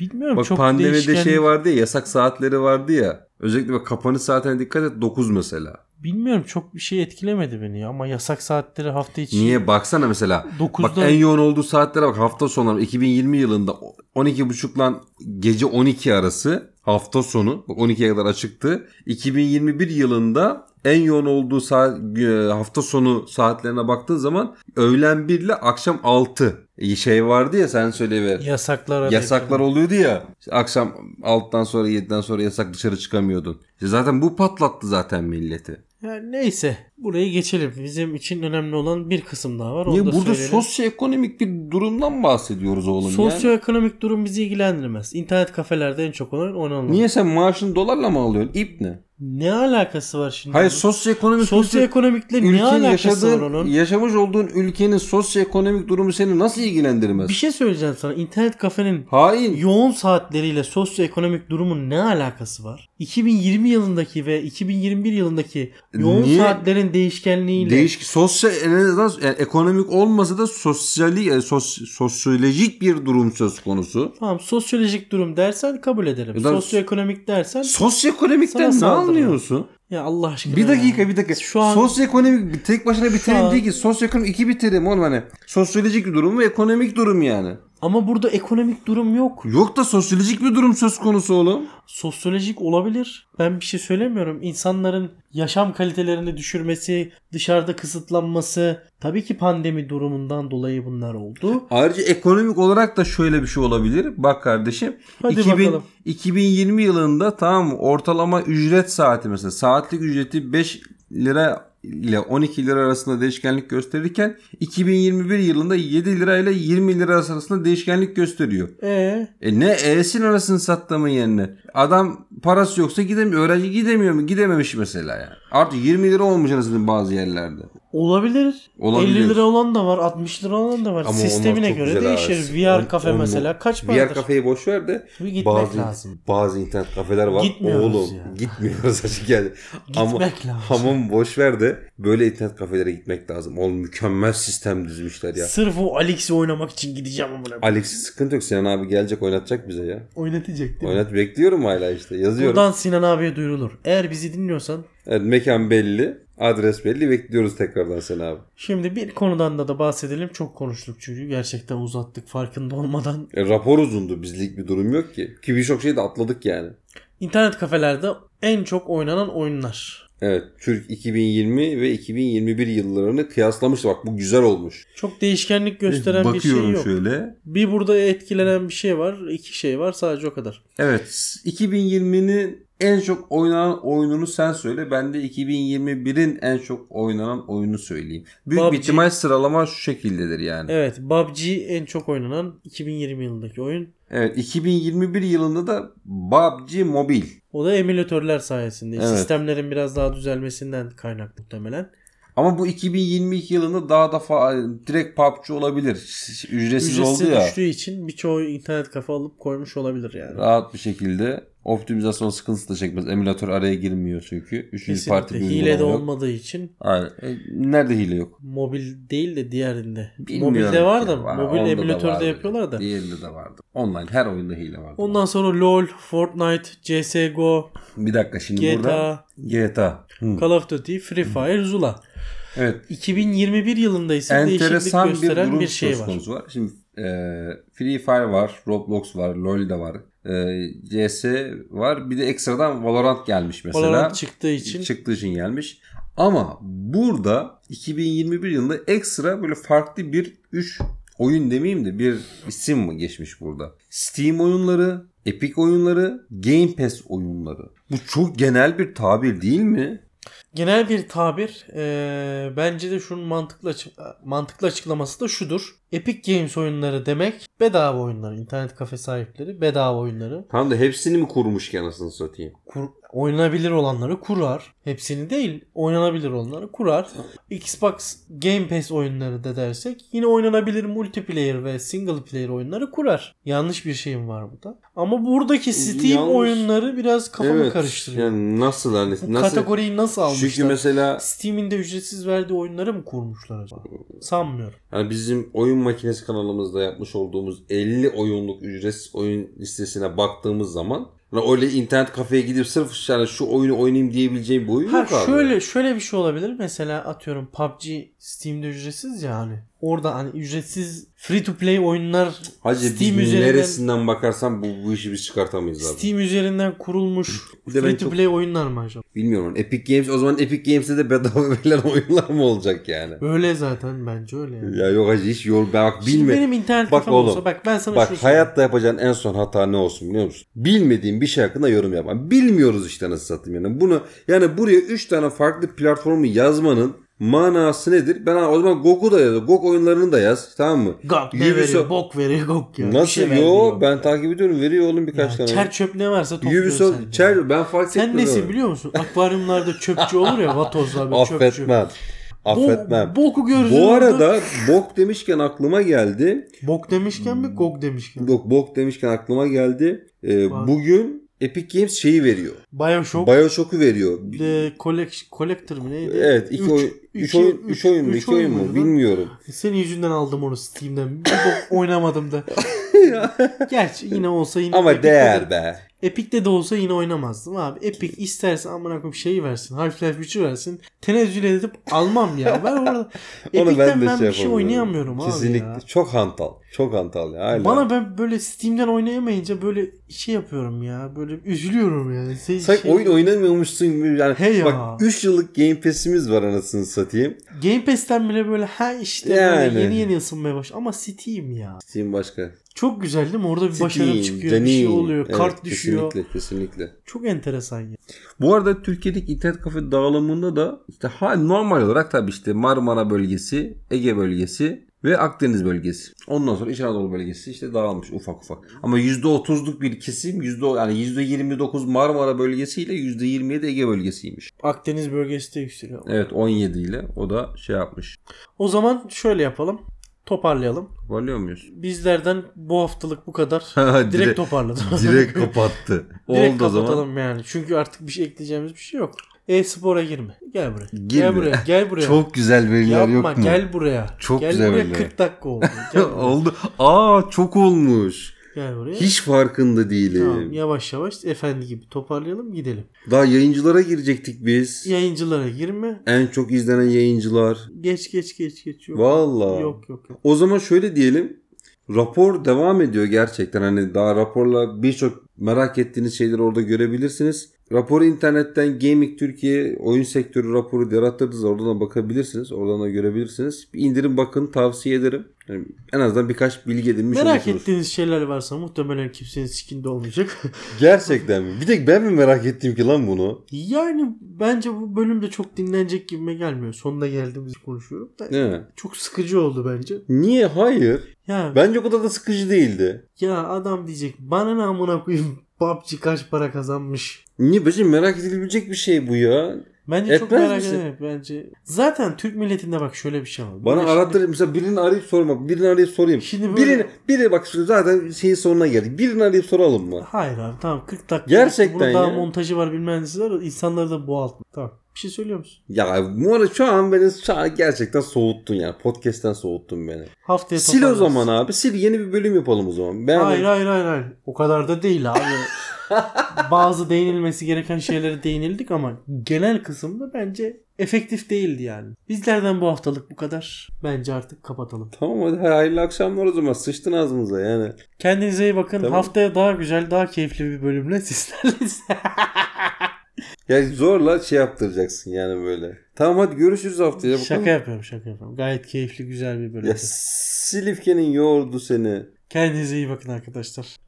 [SPEAKER 2] bilmiyorum
[SPEAKER 1] şey. Bak
[SPEAKER 2] çok
[SPEAKER 1] pandemide
[SPEAKER 2] değişken.
[SPEAKER 1] şey vardı ya yasak saatleri vardı ya. Özellikle bak kapanış saatine dikkat et 9 mesela.
[SPEAKER 2] Bilmiyorum çok bir şey etkilemedi beni ya. ama yasak saatleri hafta içi
[SPEAKER 1] Niye baksana mesela.
[SPEAKER 2] 9'da
[SPEAKER 1] Bak en yoğun olduğu saatlere bak hafta sonları 2020 yılında 12.30'dan gece 12 arası hafta sonu bak 12'ye kadar açıktı. 2021 yılında en yoğun olduğu saat, e, hafta sonu saatlerine baktığın zaman öğlen 1 ile akşam 6 şey vardı ya sen söyleyiver.
[SPEAKER 2] yasaklara
[SPEAKER 1] Yasaklar oluyordu ya. İşte akşam 6'dan sonra 7'den sonra yasak dışarı çıkamıyordun. İşte zaten bu patlattı zaten milleti.
[SPEAKER 2] Yani neyse burayı geçelim. Bizim için önemli olan bir kısım daha var. Onu
[SPEAKER 1] Niye
[SPEAKER 2] da
[SPEAKER 1] burada
[SPEAKER 2] söyleyelim.
[SPEAKER 1] sosyoekonomik bir durumdan bahsediyoruz oğlum ya?
[SPEAKER 2] Sosyoekonomik durum bizi ilgilendirmez. İnternet kafelerde en çok olan oynanan.
[SPEAKER 1] Niye sen maaşını dolarla mı alıyorsun? İp ne?
[SPEAKER 2] Ne alakası var şimdi?
[SPEAKER 1] Hayır
[SPEAKER 2] bunun?
[SPEAKER 1] sosyoekonomik
[SPEAKER 2] sosyoekonomikle
[SPEAKER 1] ülke-
[SPEAKER 2] ne
[SPEAKER 1] ülkenin
[SPEAKER 2] alakası var
[SPEAKER 1] yaşadığın,
[SPEAKER 2] onun?
[SPEAKER 1] yaşamış olduğun ülkenin sosyoekonomik durumu seni nasıl ilgilendirmez?
[SPEAKER 2] Bir şey söyleyeceğim sana. İnternet kafenin
[SPEAKER 1] Hain.
[SPEAKER 2] yoğun saatleriyle sosyoekonomik durumun ne alakası var? 2020 yılındaki ve 2021 yılındaki yoğun
[SPEAKER 1] Niye?
[SPEAKER 2] saatlerin değişkenliğiyle
[SPEAKER 1] Değişik sosyal en azından yani ekonomik olmasa da sosyali e, sos- sosyolojik bir durum söz konusu.
[SPEAKER 2] Tamam sosyolojik durum dersen kabul ederim.
[SPEAKER 1] Ya da-
[SPEAKER 2] Sosyoekonomik dersen Sana
[SPEAKER 1] Sosyoekonomikten ne
[SPEAKER 2] saldırı.
[SPEAKER 1] anlıyorsun?
[SPEAKER 2] ya Allah aşkına.
[SPEAKER 1] Bir dakika
[SPEAKER 2] ya.
[SPEAKER 1] bir dakika.
[SPEAKER 2] Şu an
[SPEAKER 1] Sosyoekonomik bir- tek başına bir
[SPEAKER 2] Şu
[SPEAKER 1] terim
[SPEAKER 2] an-
[SPEAKER 1] değil ki. Sosyoekonomik iki bir terim oğlum hani. Sosyolojik bir durum ve ekonomik durum yani.
[SPEAKER 2] ama burada ekonomik durum yok.
[SPEAKER 1] Yok da sosyolojik bir durum söz konusu oğlum.
[SPEAKER 2] Sosyolojik olabilir. Ben bir şey söylemiyorum. İnsanların yaşam kalitelerini düşürmesi, dışarıda kısıtlanması tabii ki pandemi durumundan dolayı bunlar oldu.
[SPEAKER 1] Ayrıca ekonomik olarak da şöyle bir şey olabilir. Bak kardeşim.
[SPEAKER 2] Hadi
[SPEAKER 1] 2000
[SPEAKER 2] bakalım.
[SPEAKER 1] 2020 yılında tamam mı? ortalama ücret saati mesela saatlik ücreti 5 lira ile 12 lira arasında değişkenlik gösterirken 2021 yılında 7 lira ile 20 lira arasında değişkenlik gösteriyor.
[SPEAKER 2] Ee,
[SPEAKER 1] E ne E'sin arasını sattığımın yerine. Adam parası yoksa gidemiyor. Öğrenci gidemiyor mu? Gidememiş mesela yani. Artık 20 lira olmuş arasında bazı yerlerde.
[SPEAKER 2] Olabilir.
[SPEAKER 1] Olabilir.
[SPEAKER 2] 50 lira olan da var, 60 lira olan da var.
[SPEAKER 1] Ama onlar
[SPEAKER 2] Sistemine
[SPEAKER 1] çok
[SPEAKER 2] göre
[SPEAKER 1] güzel
[SPEAKER 2] değişir.
[SPEAKER 1] abi.
[SPEAKER 2] VR
[SPEAKER 1] On-
[SPEAKER 2] kafe
[SPEAKER 1] on-
[SPEAKER 2] mesela kaç paradır?
[SPEAKER 1] VR kafeyi boş ver de
[SPEAKER 2] Bir gitmek
[SPEAKER 1] bazı,
[SPEAKER 2] lazım.
[SPEAKER 1] bazı internet kafeler var.
[SPEAKER 2] Gitmiyoruz
[SPEAKER 1] Oğlum
[SPEAKER 2] ya.
[SPEAKER 1] gitmiyoruz açık yani. Ama,
[SPEAKER 2] Gitmek lazım.
[SPEAKER 1] hamam boş ver de böyle internet kafelere gitmek lazım. Oğlum mükemmel sistem düzmüşler ya.
[SPEAKER 2] Sırf o Alex'i oynamak için gideceğim amına.
[SPEAKER 1] Alex'in sıkıntı yok. Sinan abi gelecek oynatacak bize ya.
[SPEAKER 2] Oynatacak değil mi?
[SPEAKER 1] Oynat bekliyorum hala işte. Yazıyorum.
[SPEAKER 2] Buradan Sinan abiye duyurulur. Eğer bizi dinliyorsan
[SPEAKER 1] Evet, mekan belli. Adres belli. Bekliyoruz tekrardan seni abi.
[SPEAKER 2] Şimdi bir konudan da da bahsedelim. Çok konuştuk çünkü gerçekten uzattık farkında olmadan.
[SPEAKER 1] E, rapor uzundu. Bizlik bir durum yok ki. Ki birçok şeyi de atladık yani.
[SPEAKER 2] İnternet kafelerde en çok oynanan oyunlar.
[SPEAKER 1] Evet. Türk 2020 ve 2021 yıllarını kıyaslamış. Bak bu güzel olmuş.
[SPEAKER 2] Çok değişkenlik gösteren bir
[SPEAKER 1] Bakıyorum
[SPEAKER 2] şey yok.
[SPEAKER 1] şöyle.
[SPEAKER 2] Bir burada etkilenen bir şey var. iki şey var sadece o kadar.
[SPEAKER 1] Evet. 2020'nin en çok oynanan oyununu sen söyle. Ben de 2021'in en çok oynanan oyunu söyleyeyim. Büyük bir
[SPEAKER 2] PUBG.
[SPEAKER 1] ihtimal sıralama şu şekildedir yani.
[SPEAKER 2] Evet PUBG en çok oynanan 2020 yılındaki oyun.
[SPEAKER 1] Evet 2021 yılında da PUBG Mobile.
[SPEAKER 2] O da emülatörler sayesinde.
[SPEAKER 1] Evet.
[SPEAKER 2] Sistemlerin biraz daha düzelmesinden kaynaklı muhtemelen.
[SPEAKER 1] Ama bu 2022 yılında daha da fa- direkt PUBG olabilir. Ücretsiz, oldu
[SPEAKER 2] Ücretsiz
[SPEAKER 1] ya.
[SPEAKER 2] düştüğü için birçoğu internet kafa alıp koymuş olabilir yani.
[SPEAKER 1] Rahat bir şekilde optimizasyon sıkıntısı da çekmez. Emülatör araya girmiyor çünkü. Üçüncü parti
[SPEAKER 2] Kesinlikle
[SPEAKER 1] bir
[SPEAKER 2] hile de
[SPEAKER 1] uygulama yok.
[SPEAKER 2] olmadığı için
[SPEAKER 1] Aynen. E, Nerede hile yok?
[SPEAKER 2] Mobil değil de diğerinde.
[SPEAKER 1] Bilmiyorum
[SPEAKER 2] Mobilde
[SPEAKER 1] ki.
[SPEAKER 2] var da
[SPEAKER 1] Var,
[SPEAKER 2] mobil
[SPEAKER 1] onda da
[SPEAKER 2] emülatörde
[SPEAKER 1] vardı.
[SPEAKER 2] yapıyorlar da.
[SPEAKER 1] Diğerinde de vardı. Online her oyunda hile vardı.
[SPEAKER 2] Ondan sonra LoL, Fortnite, CS:GO,
[SPEAKER 1] Bir dakika şimdi burada
[SPEAKER 2] GTA,
[SPEAKER 1] GTA. Hı.
[SPEAKER 2] Call of Duty, Free Fire, Zula.
[SPEAKER 1] Evet.
[SPEAKER 2] 2021 yılında ise
[SPEAKER 1] enteresan
[SPEAKER 2] değişiklik
[SPEAKER 1] bir
[SPEAKER 2] gösteren bir,
[SPEAKER 1] durum
[SPEAKER 2] şey
[SPEAKER 1] söz
[SPEAKER 2] var.
[SPEAKER 1] konusu var. Şimdi e, Free Fire var, Roblox var, LoL de var, e, CS var. Bir de ekstradan Valorant gelmiş mesela.
[SPEAKER 2] Valorant çıktığı için
[SPEAKER 1] Çıktığı için gelmiş. Ama burada 2021 yılında ekstra böyle farklı bir 3 oyun demeyeyim de bir isim mi geçmiş burada? Steam oyunları, Epic oyunları, Game Pass oyunları. Bu çok genel bir tabir değil mi?
[SPEAKER 2] genel bir tabir eee, bence de şunun mantıklı açı- mantıklı açıklaması da şudur. Epic Games oyunları demek bedava oyunları. internet kafe sahipleri bedava oyunları.
[SPEAKER 1] Tam da hepsini mi kurmuş ki anasını satayım?
[SPEAKER 2] kur, oynanabilir olanları kurar. Hepsini değil, oynanabilir olanları kurar. Xbox Game Pass oyunları da dersek yine oynanabilir multiplayer ve single player oyunları kurar. Yanlış bir şeyim var burada. Ama buradaki Steam
[SPEAKER 1] Yanlış.
[SPEAKER 2] oyunları biraz kafamı karıştırıyor.
[SPEAKER 1] Yani nasıl hani
[SPEAKER 2] Bu
[SPEAKER 1] nasıl?
[SPEAKER 2] kategoriyi nasıl almışlar?
[SPEAKER 1] Çünkü mesela
[SPEAKER 2] Steam'in de ücretsiz verdiği oyunları mı kurmuşlar acaba? Sanmıyorum.
[SPEAKER 1] hani bizim oyun makinesi kanalımızda yapmış olduğumuz 50 oyunluk ücretsiz oyun listesine baktığımız zaman hani öyle internet kafeye gidip sırf yani şu oyunu oynayayım diyebileceğim bir oyun
[SPEAKER 2] Ha
[SPEAKER 1] yok abi.
[SPEAKER 2] şöyle şöyle bir şey olabilir. Mesela atıyorum PUBG Steam'de ücretsiz ya hani. Orada hani ücretsiz free to play oyunlar
[SPEAKER 1] Hacı
[SPEAKER 2] Steam
[SPEAKER 1] biz
[SPEAKER 2] üzerinden-
[SPEAKER 1] neresinden bakarsan bu, bu işi biz çıkartamayız abi.
[SPEAKER 2] Steam üzerinden kurulmuş
[SPEAKER 1] Bir de ben
[SPEAKER 2] free to
[SPEAKER 1] çok-
[SPEAKER 2] play oyunlar mı acaba?
[SPEAKER 1] Bilmiyorum. Epic Games o zaman Epic Games'te de bedava verilen oyunlar mı olacak yani?
[SPEAKER 2] Öyle zaten bence öyle yani.
[SPEAKER 1] Ya yok hacı hiç yol bak
[SPEAKER 2] Şimdi
[SPEAKER 1] bilme.
[SPEAKER 2] benim internet
[SPEAKER 1] Ee, Bak
[SPEAKER 2] kafam
[SPEAKER 1] oğlum,
[SPEAKER 2] olsa bak ben sana
[SPEAKER 1] Bak
[SPEAKER 2] şunu söyleyeyim.
[SPEAKER 1] hayatta yapacağın en son hata ne olsun biliyor musun? Bilmediğin bir şey hakkında yorum yapma. Bilmiyoruz işte nasıl satayım yani. Bunu yani buraya 3 tane farklı platformu yazmanın manası nedir? Ben o zaman GOG'u da yaz. GOG oyunlarını da yaz. Tamam mı?
[SPEAKER 2] Gak ne
[SPEAKER 1] Ubisoft-
[SPEAKER 2] veriyor? Bok veriyor gok ya. Bir
[SPEAKER 1] nasıl
[SPEAKER 2] şey
[SPEAKER 1] yo?
[SPEAKER 2] vermiyor.
[SPEAKER 1] Ben takip ediyorum. Veriyor oğlum
[SPEAKER 2] Ya,
[SPEAKER 1] birkaç tane.
[SPEAKER 2] Çer çöp ne varsa topluyor
[SPEAKER 1] Ubisoft,
[SPEAKER 2] Ubisoft,
[SPEAKER 1] Çer, ben fark etmiyorum.
[SPEAKER 2] Sen nesin biliyor musun? Akvaryumlarda çöpçü olur ya vatozlar böyle çöpçü.
[SPEAKER 1] Affetmem. Affetmem.
[SPEAKER 2] Bo- boku görürsün.
[SPEAKER 1] Bu
[SPEAKER 2] orada.
[SPEAKER 1] arada bok demişken aklıma geldi.
[SPEAKER 2] Bok demişken mi gok demişken?
[SPEAKER 1] Yok bok demişken aklıma geldi. Ee,
[SPEAKER 2] Var.
[SPEAKER 1] bugün Epic Games şeyi veriyor.
[SPEAKER 2] Bioshock.
[SPEAKER 1] Bioshock'u veriyor.
[SPEAKER 2] The Ee, Collect- Collector mı neydi?
[SPEAKER 1] Evet, iki
[SPEAKER 2] Üç-
[SPEAKER 1] oyun, üç
[SPEAKER 2] iki-
[SPEAKER 1] oyun, üç oyun mu,
[SPEAKER 2] üç
[SPEAKER 1] iki oyun mu
[SPEAKER 2] muydu lan?
[SPEAKER 1] bilmiyorum.
[SPEAKER 2] Senin yüzünden aldım onu Steam'den. Bir bok oynamadım da. Gerçi yine olsa yine
[SPEAKER 1] Ama
[SPEAKER 2] Epic'te
[SPEAKER 1] değer
[SPEAKER 2] de,
[SPEAKER 1] be.
[SPEAKER 2] Epic'te de olsa yine oynamazdım abi. Epic isterse amına koyayım şeyi versin. Half-Life 3'ü versin. Tenezzül edip almam ya. Ben orada Epic'ten ben, bir şey
[SPEAKER 1] yapamıyorum.
[SPEAKER 2] oynayamıyorum
[SPEAKER 1] Kesinlikle.
[SPEAKER 2] abi ya.
[SPEAKER 1] Çok hantal. Çok hantal ya. Hala.
[SPEAKER 2] Bana ben böyle Steam'den oynayamayınca böyle şey yapıyorum ya. Böyle üzülüyorum yani. Şey,
[SPEAKER 1] Sanki
[SPEAKER 2] şey-
[SPEAKER 1] oyun oynamıyormuşsun gibi yani.
[SPEAKER 2] He ya.
[SPEAKER 1] Bak 3 yıllık Game Pass'imiz var anasını satayım.
[SPEAKER 2] Game Pass'ten bile böyle ha işte
[SPEAKER 1] Yani.
[SPEAKER 2] böyle yeni yeni ısınmaya baş. Ama Steam ya.
[SPEAKER 1] Steam başka.
[SPEAKER 2] Çok güzel değil mi? Orada bir başarım
[SPEAKER 1] Steam,
[SPEAKER 2] çıkıyor. Bir şey
[SPEAKER 1] Steam.
[SPEAKER 2] oluyor.
[SPEAKER 1] Evet,
[SPEAKER 2] kart düşüyor.
[SPEAKER 1] Kesinlikle kesinlikle.
[SPEAKER 2] Çok enteresan ya.
[SPEAKER 1] Bu arada Türkiye'deki internet kafe dağılımında da işte ha, normal olarak tabii işte Marmara bölgesi, Ege bölgesi ve Akdeniz bölgesi. Ondan sonra İç Anadolu bölgesi işte dağılmış ufak ufak. Ama %30'luk bir kesim yüzde yani %29 Marmara bölgesi ile %27 Ege bölgesiymiş.
[SPEAKER 2] Akdeniz bölgesi de yükseliyor.
[SPEAKER 1] Evet 17 ile o da şey yapmış.
[SPEAKER 2] O zaman şöyle yapalım. Toparlayalım.
[SPEAKER 1] Varlıyor muyuz?
[SPEAKER 2] Bizlerden bu haftalık bu kadar.
[SPEAKER 1] Direkt-
[SPEAKER 2] Direkt toparladım.
[SPEAKER 1] Direkt kapattı.
[SPEAKER 2] Direkt
[SPEAKER 1] Oldu o
[SPEAKER 2] kapatalım
[SPEAKER 1] zaman.
[SPEAKER 2] yani. Çünkü artık bir şey ekleyeceğimiz bir şey yok. E-spora girme. Gel buraya. Gel
[SPEAKER 1] Girme.
[SPEAKER 2] buraya. Gel buraya.
[SPEAKER 1] Çok güzel veriler
[SPEAKER 2] Yapma
[SPEAKER 1] yok mu?
[SPEAKER 2] gel buraya.
[SPEAKER 1] Çok
[SPEAKER 2] gel
[SPEAKER 1] güzel
[SPEAKER 2] buraya
[SPEAKER 1] öyle.
[SPEAKER 2] 40 dakika oldu. Gel buraya.
[SPEAKER 1] Oldu. Aa çok olmuş.
[SPEAKER 2] gel buraya.
[SPEAKER 1] Hiç farkında değilim.
[SPEAKER 2] Tamam, yavaş yavaş efendi gibi toparlayalım gidelim.
[SPEAKER 1] Daha yayıncılara girecektik biz.
[SPEAKER 2] Yayıncılara girme.
[SPEAKER 1] En çok izlenen yayıncılar.
[SPEAKER 2] Geç geç geç geç. Yok.
[SPEAKER 1] Vallahi.
[SPEAKER 2] Yok yok yok.
[SPEAKER 1] O zaman şöyle diyelim. Rapor devam ediyor gerçekten. Hani daha raporla birçok merak ettiğiniz şeyleri orada görebilirsiniz. Raporu internetten Gaming Türkiye oyun sektörü raporu diye arattırdınız. Oradan da bakabilirsiniz. Oradan da görebilirsiniz. Bir indirin bakın tavsiye ederim. Yani en azından birkaç bilgi edinmiş
[SPEAKER 2] Merak
[SPEAKER 1] olursunuz.
[SPEAKER 2] ettiğiniz şeyler varsa muhtemelen kimsenin sikinde olmayacak.
[SPEAKER 1] Gerçekten mi? Bir tek ben mi merak ettim ki lan bunu?
[SPEAKER 2] yani bence bu bölümde çok dinlenecek gibime gelmiyor. Sonuna geldiğimizi konuşuyorum da.
[SPEAKER 1] Değil mi?
[SPEAKER 2] Çok sıkıcı oldu bence.
[SPEAKER 1] Niye? Hayır.
[SPEAKER 2] Ya
[SPEAKER 1] Bence o kadar da sıkıcı değildi.
[SPEAKER 2] ya adam diyecek bana ne amına koyayım PUBG kaç para kazanmış.
[SPEAKER 1] Niye? Bence merak edilebilecek bir şey bu ya.
[SPEAKER 2] Bence çok
[SPEAKER 1] Etmez
[SPEAKER 2] merak
[SPEAKER 1] misin?
[SPEAKER 2] ederim bence. Zaten Türk milletinde bak şöyle bir şey var.
[SPEAKER 1] Bana
[SPEAKER 2] Böyle
[SPEAKER 1] arattır mesela birini arayıp sorma. Birini arayıp sorayım.
[SPEAKER 2] Şimdi böyle-
[SPEAKER 1] Birini, biri bak şimdi zaten şeyin sonuna geldik. Birini arayıp soralım mı?
[SPEAKER 2] Hayır abi tamam 40 dakika.
[SPEAKER 1] Gerçekten
[SPEAKER 2] Bunun daha
[SPEAKER 1] ya.
[SPEAKER 2] montajı var bilmem nesi var. İnsanları da boğaltma. Tamam. Bir şey söylüyor musun?
[SPEAKER 1] Ya bu arada şu an beni şu an gerçekten soğuttun yani. Podcast'ten soğuttun beni.
[SPEAKER 2] Haftaya
[SPEAKER 1] Sil o
[SPEAKER 2] toparlarız.
[SPEAKER 1] zaman abi. Sil yeni bir bölüm yapalım o zaman. Ben
[SPEAKER 2] Hayır hayır hayır hayır. O kadar da değil abi. Bazı değinilmesi gereken şeylere değinildik ama genel kısımda bence efektif değildi yani. Bizlerden bu haftalık bu kadar. Bence artık kapatalım.
[SPEAKER 1] Tamam hadi hayırlı akşamlar o zaman. Sıçtın ağzımıza yani.
[SPEAKER 2] Kendinize iyi bakın.
[SPEAKER 1] Tamam.
[SPEAKER 2] Haftaya daha güzel, daha keyifli bir bölümle sizlerleyiz.
[SPEAKER 1] Ya zorla şey yaptıracaksın yani böyle. Tamam hadi görüşürüz haftaya. bakalım.
[SPEAKER 2] şaka yapıyorum, şaka yapıyorum. Gayet keyifli, güzel bir bölüm.
[SPEAKER 1] Ya Silifke'nin yoğurdu seni.
[SPEAKER 2] Kendinize iyi bakın arkadaşlar.